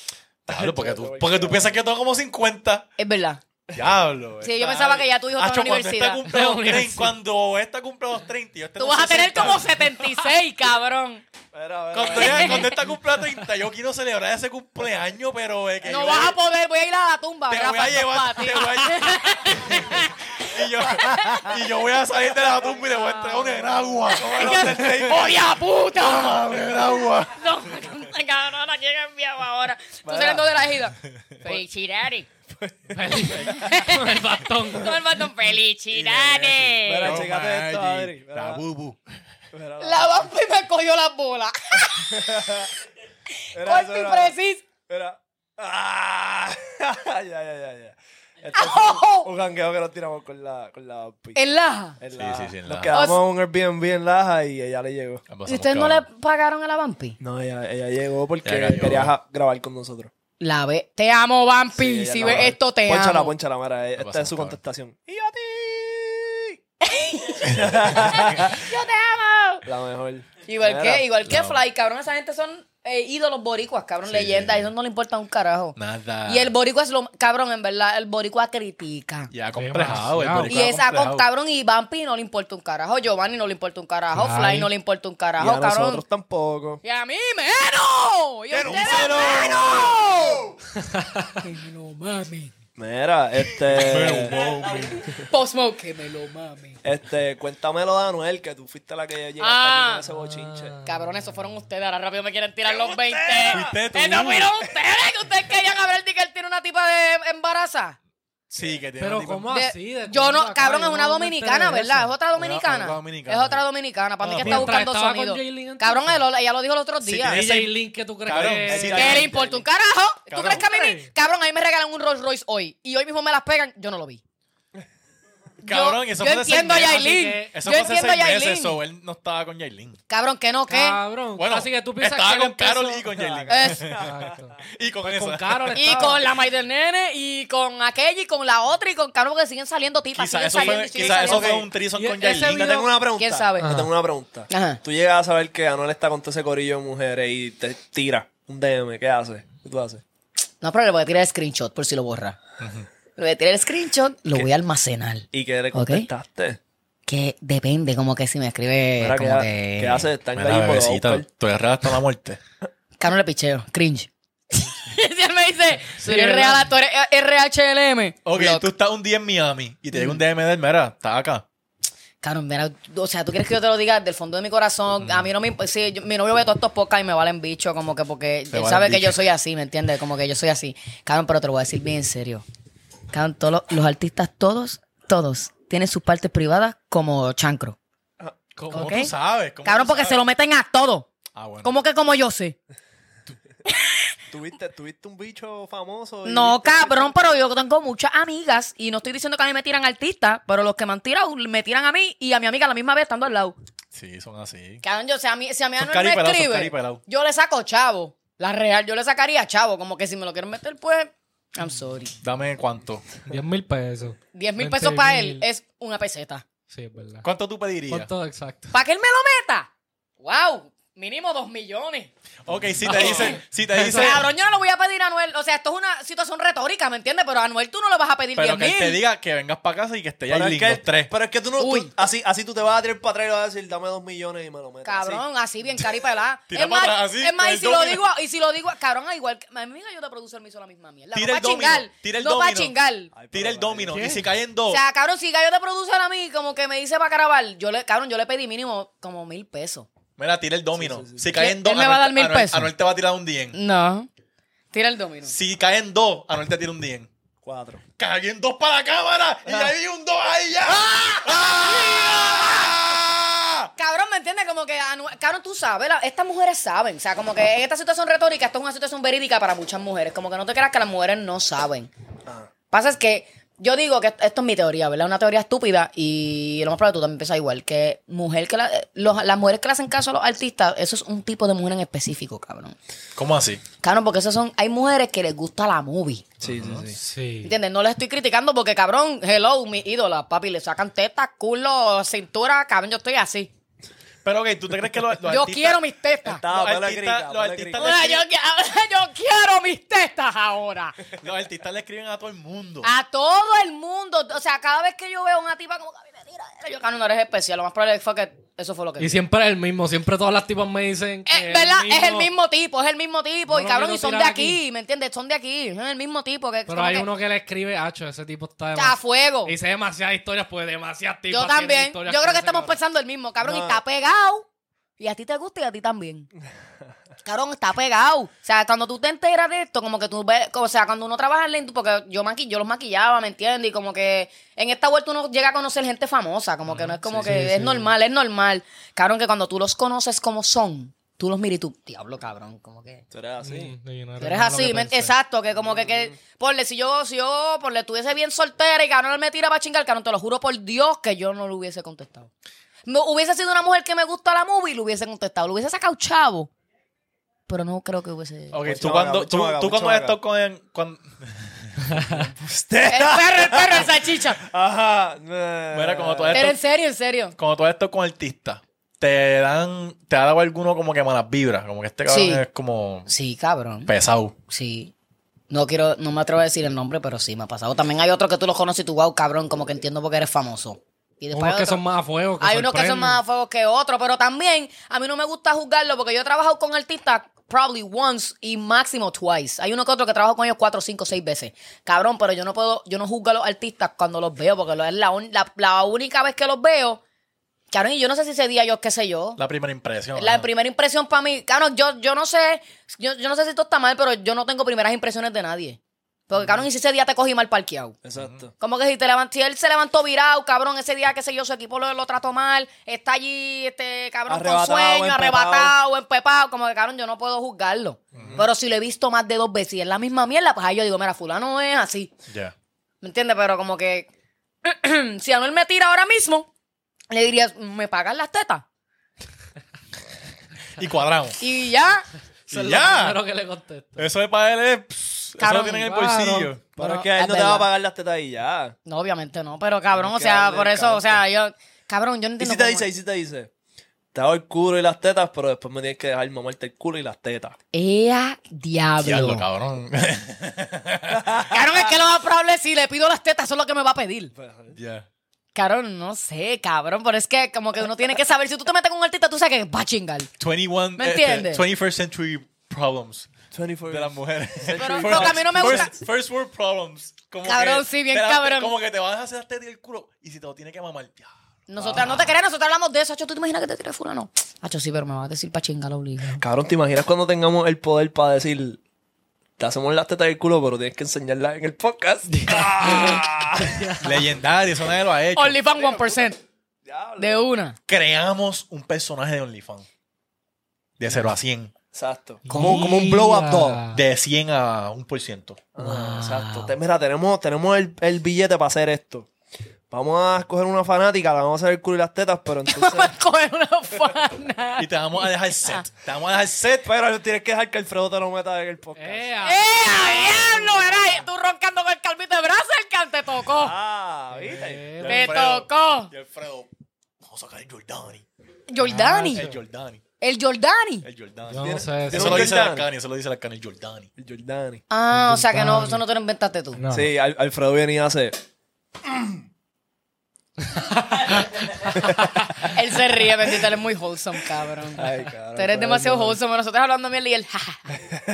Diablo, porque tú, porque tú piensas que yo tengo como 50.
Es verdad.
Diablo.
Sí,
este
yo pensaba
año.
que ya tu hijo estaba en la
cuando esta
universidad.
cumpla los
Universidad.
30, Cuando esta cumple los 30, yo este esté
Tú
en los
vas a tener
60.
como 76, cabrón.
Espera, espera,
Cuando,
espera.
ella- cuando esta cumpla 30, yo quiero celebrar ese cumpleaños, pero es que
No
yo-
vas a poder, voy a ir a la tumba.
te
Rafa,
voy a
esto es
llevar,
pa' ti.
te voy a y yo, y yo voy a salir de la tumba y le voy a entregar un enagua.
¡Odia puta!
Toma, un enagua.
No, cabrón, ¿a quién enviaba ahora? Tú saliendo de la gira. Felicidades.
Con el bastón.
Con el botón, felicidades.
Espera,
Toma,
chécate esto,
Angie,
Adri. Espera.
La bubu.
Espera,
La vampi me cogió las bolas.
espera,
Corto y
espera.
preciso.
Espera. Ah, ya, ya, ya, ya. Esto es
¡Ojo!
un jangueo que nos tiramos con la, con la vampi.
En Laja.
En
Sí,
Laja.
sí, sí, en
Nos
Laja.
quedamos
O
en un Airbnb en Laja y ella le llegó.
¿Y ustedes no le pagaron a la vampi?
No, ella, ella llegó porque
Ella cayó.
quería ja- grabar con nosotros.
La ve. Te amo,
Sí,
vampi.
ella
si
la
ves
grabó.
esto, te
Pónchala,
amo.
pónchala, Mara. eh, Esta es
pasamos,
su
cabrón.
contestación. ¡Y a ti!
Yo te amo.
La mejor.
Igual
Mira,
que, igual que Fly, cabrón, esa gente son eh, ídolos boricuas, cabrón, leyendas, a ellos no le importa un carajo.
Nada.
Y el boricua es lo, cabrón, en verdad, el boricua critica.
Ya complejado, el
Demasiado.
boricua
Y esa,
acomplejado.
con, cabrón, y Vampi no le importa un carajo, Giovanni no le importa un carajo,
Fly.
Fly no le importa un
Y a
carajo, cabrón.
nosotros tampoco.
Y a mí menos. Y a ustedes
cero.
menos. que me lo mamen.
Mira, este.
Postmo, que me lo mamen.
este, cuéntamelo de Anuel, que tú fuiste la que llegaste
Ah.
aquí con ese bochinche.
Cabrón, esos fueron ustedes. Ahora rápido me quieren tirar los 20.
Fuiste tú.
Eh, no fueron ustedes que ustedes querían haber dicho que él tiene una tipa de embaraza.
Sí, que tiene una
Pero
tipa-
¿cómo
De-
así? ¿De
yo
cómo
no,
acá?
cabrón,
Yo
es una
no me enteré
dominicana,
de eso.
¿verdad? Es otra dominicana.
Una- una dominicana,
es otra
sí.
dominicana. Para mí
Ah,
que está
mientras
buscando
estaba con
sonido.
Jaylin, entonces.
Cabrón, él lo- ella lo dijo los otros
Sí,
días.
tiene-
¿Y Jaylin, que tú crees
Cabrón,
que
sí,
¿Qué le importa un carajo? ¿Tú
Cabrón.
crees que a mí, me- cabrón, a mí me regalan un Rolls Royce hoy y hoy mismo me las pegan? Yo no lo vi.
Cabrón,
yo,
eso
yo
fue hace seis
entiendo a
meses,
Yailin.
Eso
yo
fue hace
entiendo a
seis meses,
Yailin.
so él no estaba con Yailin.
Cabrón, que no, que.
Cabrón.
Bueno,
Así que tú piensas
estaba
que
con
él empezó-
Carol y con Yailin.
Es-
Exacto.
Y con
Pues
esa.
con Carol
y
estaba.
con la May del Nene, y con aquella, y con la otra, y con cabrón, porque siguen saliendo tipas.
Quizá
siguen
eso
saliendo,
fue,
y siguen
quizá eso
saliendo.
fue un trison
Y
con
ese
Yailin.
Yo tengo una pregunta.
¿Quién sabe?
Yo tengo una pregunta.
Ajá.
Tú llegas a saber que Anuel está con todo ese corillo de mujeres y te tira un DM. ¿Qué haces? ¿Qué tú haces?
No, pero le voy a tirar el screenshot por si lo borra. Le voy a tirar el screenshot, lo voy a almacenar.
¿Y qué le
Ok.
contestaste?
Que depende, como que si me escribe.
Mira,
Eh, como
¿qué, ha-
que.
qué haces? ¿Están
Mira,
ahí por
bebecita,
Oscar?
tú eres real hasta la muerte.
Cano le picheo, cringe. si él me dice,
Sí,
tú eres
¿verdad?
real, tú eres RHLM.
Ok,
Block.
tú estás un día en Miami y te llega un DM de él, mira, está acá.
Cano, mira, o sea, tú quieres que yo te lo diga del fondo de mi corazón. A mí no me. imp- Sí, yo- mi novio ve todos estos podcasts y me valen bicho, como que porque
Te
él
valen
sabe que
bicho.
yo soy así, ¿me entiendes? Como que yo soy así. Cano, pero te lo voy a decir bien en serio. Cano, todos los, los artistas, todos, todos, tienen sus partes privadas como chancro.
¿Cómo
Ok.
tú sabes? ¿Cómo
Cabrón,
tú
porque se
sabes?
lo meten a todos.
Ah, bueno.
¿Cómo que como yo sé?
¿Tuviste, tuviste un bicho famoso? y
No,
viste-
cabrón, pero yo tengo muchas amigas y no estoy diciendo que a mí me tiran artistas, pero los que me han tirado me tiran a mí y a mi amiga a la misma vez estando al lado.
Sí, son así.
Cabrón, yo, si a mí, si a mí
Son
Anuel me
caripelados, son
escribe,
caripelados.
yo le saco chavo. La real, yo le sacaría chavo. Como que si me lo quieren meter, pues, I'm sorry.
Dame cuánto.
10 mil pesos.
10 mil
20
pesos para él
mil.
es una peseta.
Sí, es verdad.
¿Cuánto tú pedirías?
¿Cuánto exacto?
¿Para que él me lo meta? ¡Wow! Mínimo 2 millones.
Ok, si te dicen, si te dicen,
Cabrón, yo no lo voy a pedir a Anuel. O sea, esto es una situación retórica, ¿me entiendes? Pero a Anuel tú no lo vas a pedir 10
pero
mil.
que él te diga que vengas para casa y que esté
Pero
ya
es,
los
que,
tres.
pero es que tú no. tú-
Uy.
así, así tú te vas a tirar para atrás y le vas a decir, dame dos millones y me lo metes. así.
Cabrón, así bien caripelada.
Tira
es
pa'
más,
atrás, así,
es más,
con
y
el
si lo
domino.
digo, y si lo digo, cabrón, ah, igual que mi amiga yo te producer me hizo la misma mierda.
Tira
no
el
para
domino,
chingar,
tira el
no para
domino.
chingar.
Ay, pero
Tira el
la-
domino
¿Qué?
y si caen
O
dos.
sea, cabrón, si Gallo te produce a mí, como que me dice para caraval, yo le, cabrón, yo le pedí mínimo como mil pesos.
Mira, tira el domino.
Sí, sí, sí.
Si caen
¿Él-
dos,
él me va a dar
Anuel-
mil
Anuel-
pesos?
Anuel te va a tirar un 10.
No. Tira el domino.
Si caen dos, Anuel te tira un 10.
Cuatro.
Caen dos para la cámara y ahí hay un dos ahí ya. ¡Ah!
Cabrón, ¿me entiendes? Como que, Anuel- cabrón, tú sabes, la- estas mujeres saben. O sea, como que en esta situación retórica, esto es una situación verídica para muchas mujeres. Como que no te creas que las mujeres no saben.
Ajá.
Pasa es que yo digo que esto es mi teoría, ¿verdad? Una teoría estúpida y lo más probable tú también piensas igual. Que mujer que la- eh, los- las mujeres que le hacen caso a los artistas, eso es un tipo de mujer en específico, cabrón.
¿Cómo así?
Cabrón, porque esos son, hay mujeres que les gusta la movie.
Sí, sí, sí.
Sí.
¿Entiendes? No les estoy criticando porque, cabrón, hello, mi ídola, papi, le sacan tetas, culo, cintura, cabrón, yo estoy así.
Pero ok, ¿tú te crees que los, los
yo
artistas-
quiero mis tetas.
Está,
Los
ponle
artistas-
crica,
los
ponle
artistas
crica.
le-
Ahora, yo, qui- yo quiero mis tetas ahora.
Los artistas le escriben a todo el mundo.
A todo el mundo. O sea, cada vez que yo veo a una tipa como que a mí me tira, yo, cabrón, no eres especial. Lo más probable fue que eso fue lo que.
Y
vi.
siempre es el mismo. Siempre todas las tipas me dicen que
Eh, ¿Verdad? Es el mismo tipo, es el mismo tipo.
No
y
lo
cabrón,
quiero
y son de
tirar
aquí,
aquí.
¿me entiendes? Son de aquí, es el mismo tipo. Que,
Pero
como
hay
que
uno que le escribe, Hacho, ese tipo está
está a
demasiado.
fuego.
Hice demasiadas historias, pues demasiadas tipas.
Yo
tienen
también. Yo
historias
creo
con
que
ese
estamos
cabrón.
pensando el mismo. Cabrón, y
No.
está pegado. Y a ti te gusta y a ti también. Cabrón, está pegado. O sea, cuando tú te enteras de esto, como que tú ves, o sea, cuando uno trabaja en la industria, porque yo, maqui- yo los maquillaba, ¿me entiendes? Y como que en esta vuelta uno llega a conocer gente famosa, como que no es como
Mm, sí,
que
sí,
es
sí.
normal, es normal. Cabrón, que cuando tú los conoces como son, tú los miras y tú, diablo, cabrón, como que...
Tú eres así.
Mm, y no
Tú eres
nada lo
así,
que
¿me-
pensé. Mm.
exacto, que como que, que porle, si yo, si yo, porle, estuviese bien soltera y cabrón él me tira para chingar, cabrón, te lo juro por Dios que yo no lo hubiese contestado. Me- hubiese sido una mujer que me gusta la movie y lo hubiese contestado, lo hubiese sacado chavo. Pero no creo que hubiese.
Oh.
Ok,
Mucho
tú
vaga,
cuando,
mucho
tú,
vaga,
tú
mucho
cuando
vaga.
esto con, con-
El perro, el perro, el salchicha.
Ajá.
Mira, cuando tú
Pero
esto-
en serio, en serio.
cuando todo esto con artistas, te dan, te ha dado alguno como que malas vibras, como que este cabrón
Sí.
es como
Sí, cabrón.
pesado.
Sí. No quiero, no me atrevo a decir el nombre, pero sí me ha pasado. También hay otro que tú los conoces y tú, wow, cabrón, como que entiendo porque eres famoso. Y después
Unos
hay
que
otro-
son más a fuego.
Hay unos que son
sorprenden.
más a fuego que otros, pero también a mí no me gusta juzgarlo porque yo he trabajado con artistas probably once y máximo twice. Hay uno que otro que trabajo con ellos cuatro, cinco, seis veces. Cabrón, pero yo no puedo, yo no juzgo a los artistas cuando los veo porque lo- es la, un- la- la única vez que los veo. Cabrón, y yo no sé si ese día yo, qué sé yo.
La primera impresión.
La
ajá.
primera impresión para mí, cabrón, yo, yo no sé, yo, yo no sé si esto está mal, pero yo no tengo primeras impresiones de nadie. Porque, cabrón, y si ese día te cogí mal parqueado.
Exacto.
Como que si, te levan- si él se levantó virado, cabrón, ese día, qué sé yo, su equipo lo, lo trató mal, está allí, este, cabrón,
Arrebatado,
con sueño,
empepado.
arrebatado, empepado, como que, cabrón, yo no puedo juzgarlo. Pero si lo he visto más de dos veces y es la misma mierda, pues ahí yo digo, mira, fulano es así,
Ya.
¿me entiendes? Pero como que si Anuel me tira ahora mismo, le dirías, ¿me pagas las tetas?
Y cuadramos.
Y ya.
Eso es
Y
lo
ya.
primero que le contesto.
Eso es para él, es, pss, eso
Cabrón,
lo tiene en el
claro.
bolsillo.
Pero
Pero
es que a él
es
no te va
verdad.
a pagar las tetas y ya.
No, obviamente no, pero cabrón,
Tienes
o
que
sea,
darle
por
el
eso, o sea, yo. Cabrón, yo no
Y
entiendo.
si te
cómo-
dice, y si te dice, te hago el culo y las tetas, pero después me tienes que dejar mamarte el culo y las tetas.
¡Ea diablo!
Diablo,
cabrón.
cabrón.
es que lo más probable es si le pido las tetas, eso es lo que me va a pedir.
Ya.
Cabrón, no sé, cabrón, pero es que como que uno tiene que saber. Si tú te metes con un artista, tú sabes que va a chingar.
21,
¿Me
este,
entiendes?
21st century problems.
24
de las mujeres.
Pero lo que a mí no me gusta-
First, first world problems. Como
Cabrón,
que
sí, bien
te la- te-
cabrón.
Como que te vas a hacer hasta el culo y si te lo tiene que mamar. ya.
Nosotras, no te creas, nosotros hablamos de eso. Hacho, ¿tú te imaginas que te tire fulano? Hacho, sí, pero me vas a decir pa' chingar la obliga.
Cabrón, ¿te imaginas cuando tengamos el poder para decir, te hacemos las tetas y el culo, pero tienes que enseñarlas en el podcast?
Legendario, eso nadie lo ha hecho.
Only fan 1%. De una.
Creamos un personaje de OnlyFans. De 0 a 100.
Exacto.
Como, como un blow up
Mira.
dog. De 100 a 1%.
Ah, Exacto. Te- Mira, tenemos, tenemos el, el billete para hacer esto. Vamos a escoger una fanática, la vamos a hacer el culo y las tetas, pero entonces...
Vamos a coger una fana.
Y te vamos a dejar set. Te vamos a dejar set.
pero tienes que dejar que Alfredo te lo meta en el podcast.
Eh.
Ea.
¡Ea, diablo! Era tú roncando con el calvito de brazo, el cal te tocó.
Ah, ¿viste?
Y
Te
Alfredo-
tocó.
Y Alfredo, vamos a sacar el Jordani.
Jordani.
El Jordani.
El Jordani.
El Jordani.
Yo no sé.
Eso
¿Tiene
lo
un
dice la
Jordani?
Cani, eso lo dice la Cani, el Jordani.
El Jordani.
Ah, o sea que no,
Jordani.
eso no te lo inventaste tú.
No.
Sí, Al- Alfredo viene y hace...
Él se ríe, bendito, él es muy wholesome, cabrón.
Ay, cabrón,
Tú eres
tú
demasiado
eres
wholesome. Nosotros hablando miel y él, jaja.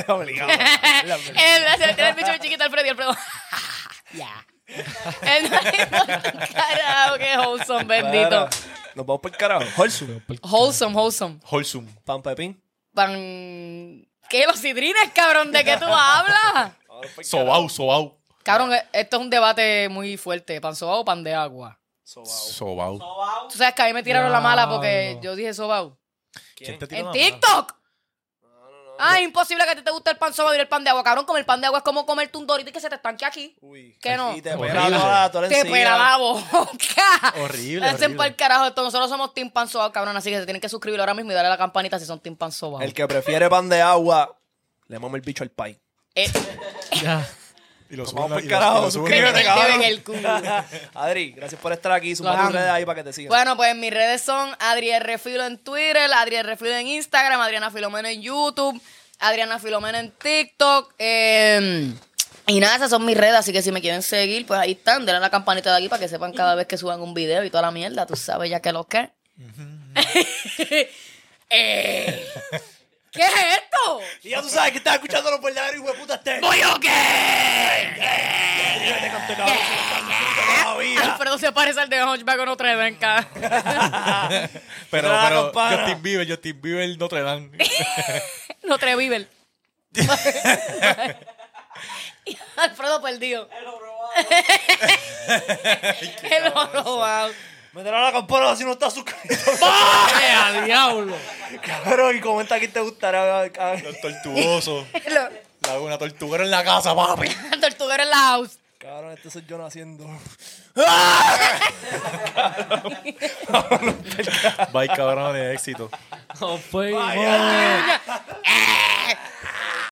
Obligado.
Él hace tiene el bicho bien chiquito Alfredo y Alfredo, ya. Él no le importa un carajo, qué wholesome, bendito.
Para. Nos vamos por el carajo. Holzum.
Wholesome, wholesome.
Holsum.
Pan Pepín.
Pan... ¿Qué? ¿Los sidrines, cabrón? ¿De qué tú hablas?
Sobau, sobau.
Cabrón, eh, esto es un debate muy fuerte. ¿Pan sobao o pan de agua?
Sobau.
Tú sabes que a mí me tiraron la mala porque
Diablo.
yo dije sobao.
¿Quién te tira
¡En
la
TikTok! Ah, imposible que a ti te guste el pan sobao y el pan de agua. Cabrón, Como el pan de agua es como comerte un dorito y que se te estanque aquí.
Uy.
¿Qué no?
Y te
Horrible.
pela toda, toda la
Te
encía.
pela la boca.
Pues ah. Horrible,
Hacen
horrible.
para el carajo esto. Nosotros somos Team Pan Sobao, cabrón. Así que se tienen que suscribir ahora mismo y darle a la campanita si son Team Pan Sobao.
El que prefiere pan de agua, le mama el bicho al pay.
Eh,
Ya.
Y lo
Vamos
suben,
por
y
el
lo- y
carajo.
lo suben.
suscríbete,
Suscríbete, cabrón.
deben el culo.
Adri, gracias por estar aquí. Suma
Los
tus
amo.
redes ahí para que te sigan.
Bueno, pues mis redes son Adriel Refilo en Twitter, Adriel Refilo en Instagram, Adriana Filomena en YouTube, Adriana Filomena en TikTok. eh, y nada, esas son mis redes, así que si me quieren seguir, pues ahí están. Denle a la campanita de aquí para que sepan cada vez que suban un video y toda la mierda. Tú sabes ya que lo que. Eh, ¿Qué es esto?
Y ya tú sabes que estás escuchando los verdaderos hijos de puta te.
¿Voy o qué? Alfredo se parece al de Hunchback o Notre Dame, cabrón.
Pero,
Nada,
pero,
compadre.
Justin Bieber, Justin Bieber, Notre Dame.
Notre Viver. Alfredo perdido. El oro robado.
Me dará la campana si no estás suscrito.
¡Ea, diablo!
Cabrón, y comenta quién te gustará. cabrón.
Los tortuosos.
El oro.
La, una tortuguera en la casa, papi.
Tortuguero en la house.
Cabrón, este soy yo naciendo.
Bye, cabrones, éxito.
No fuimos. 哦
Ay, ay,
Ya,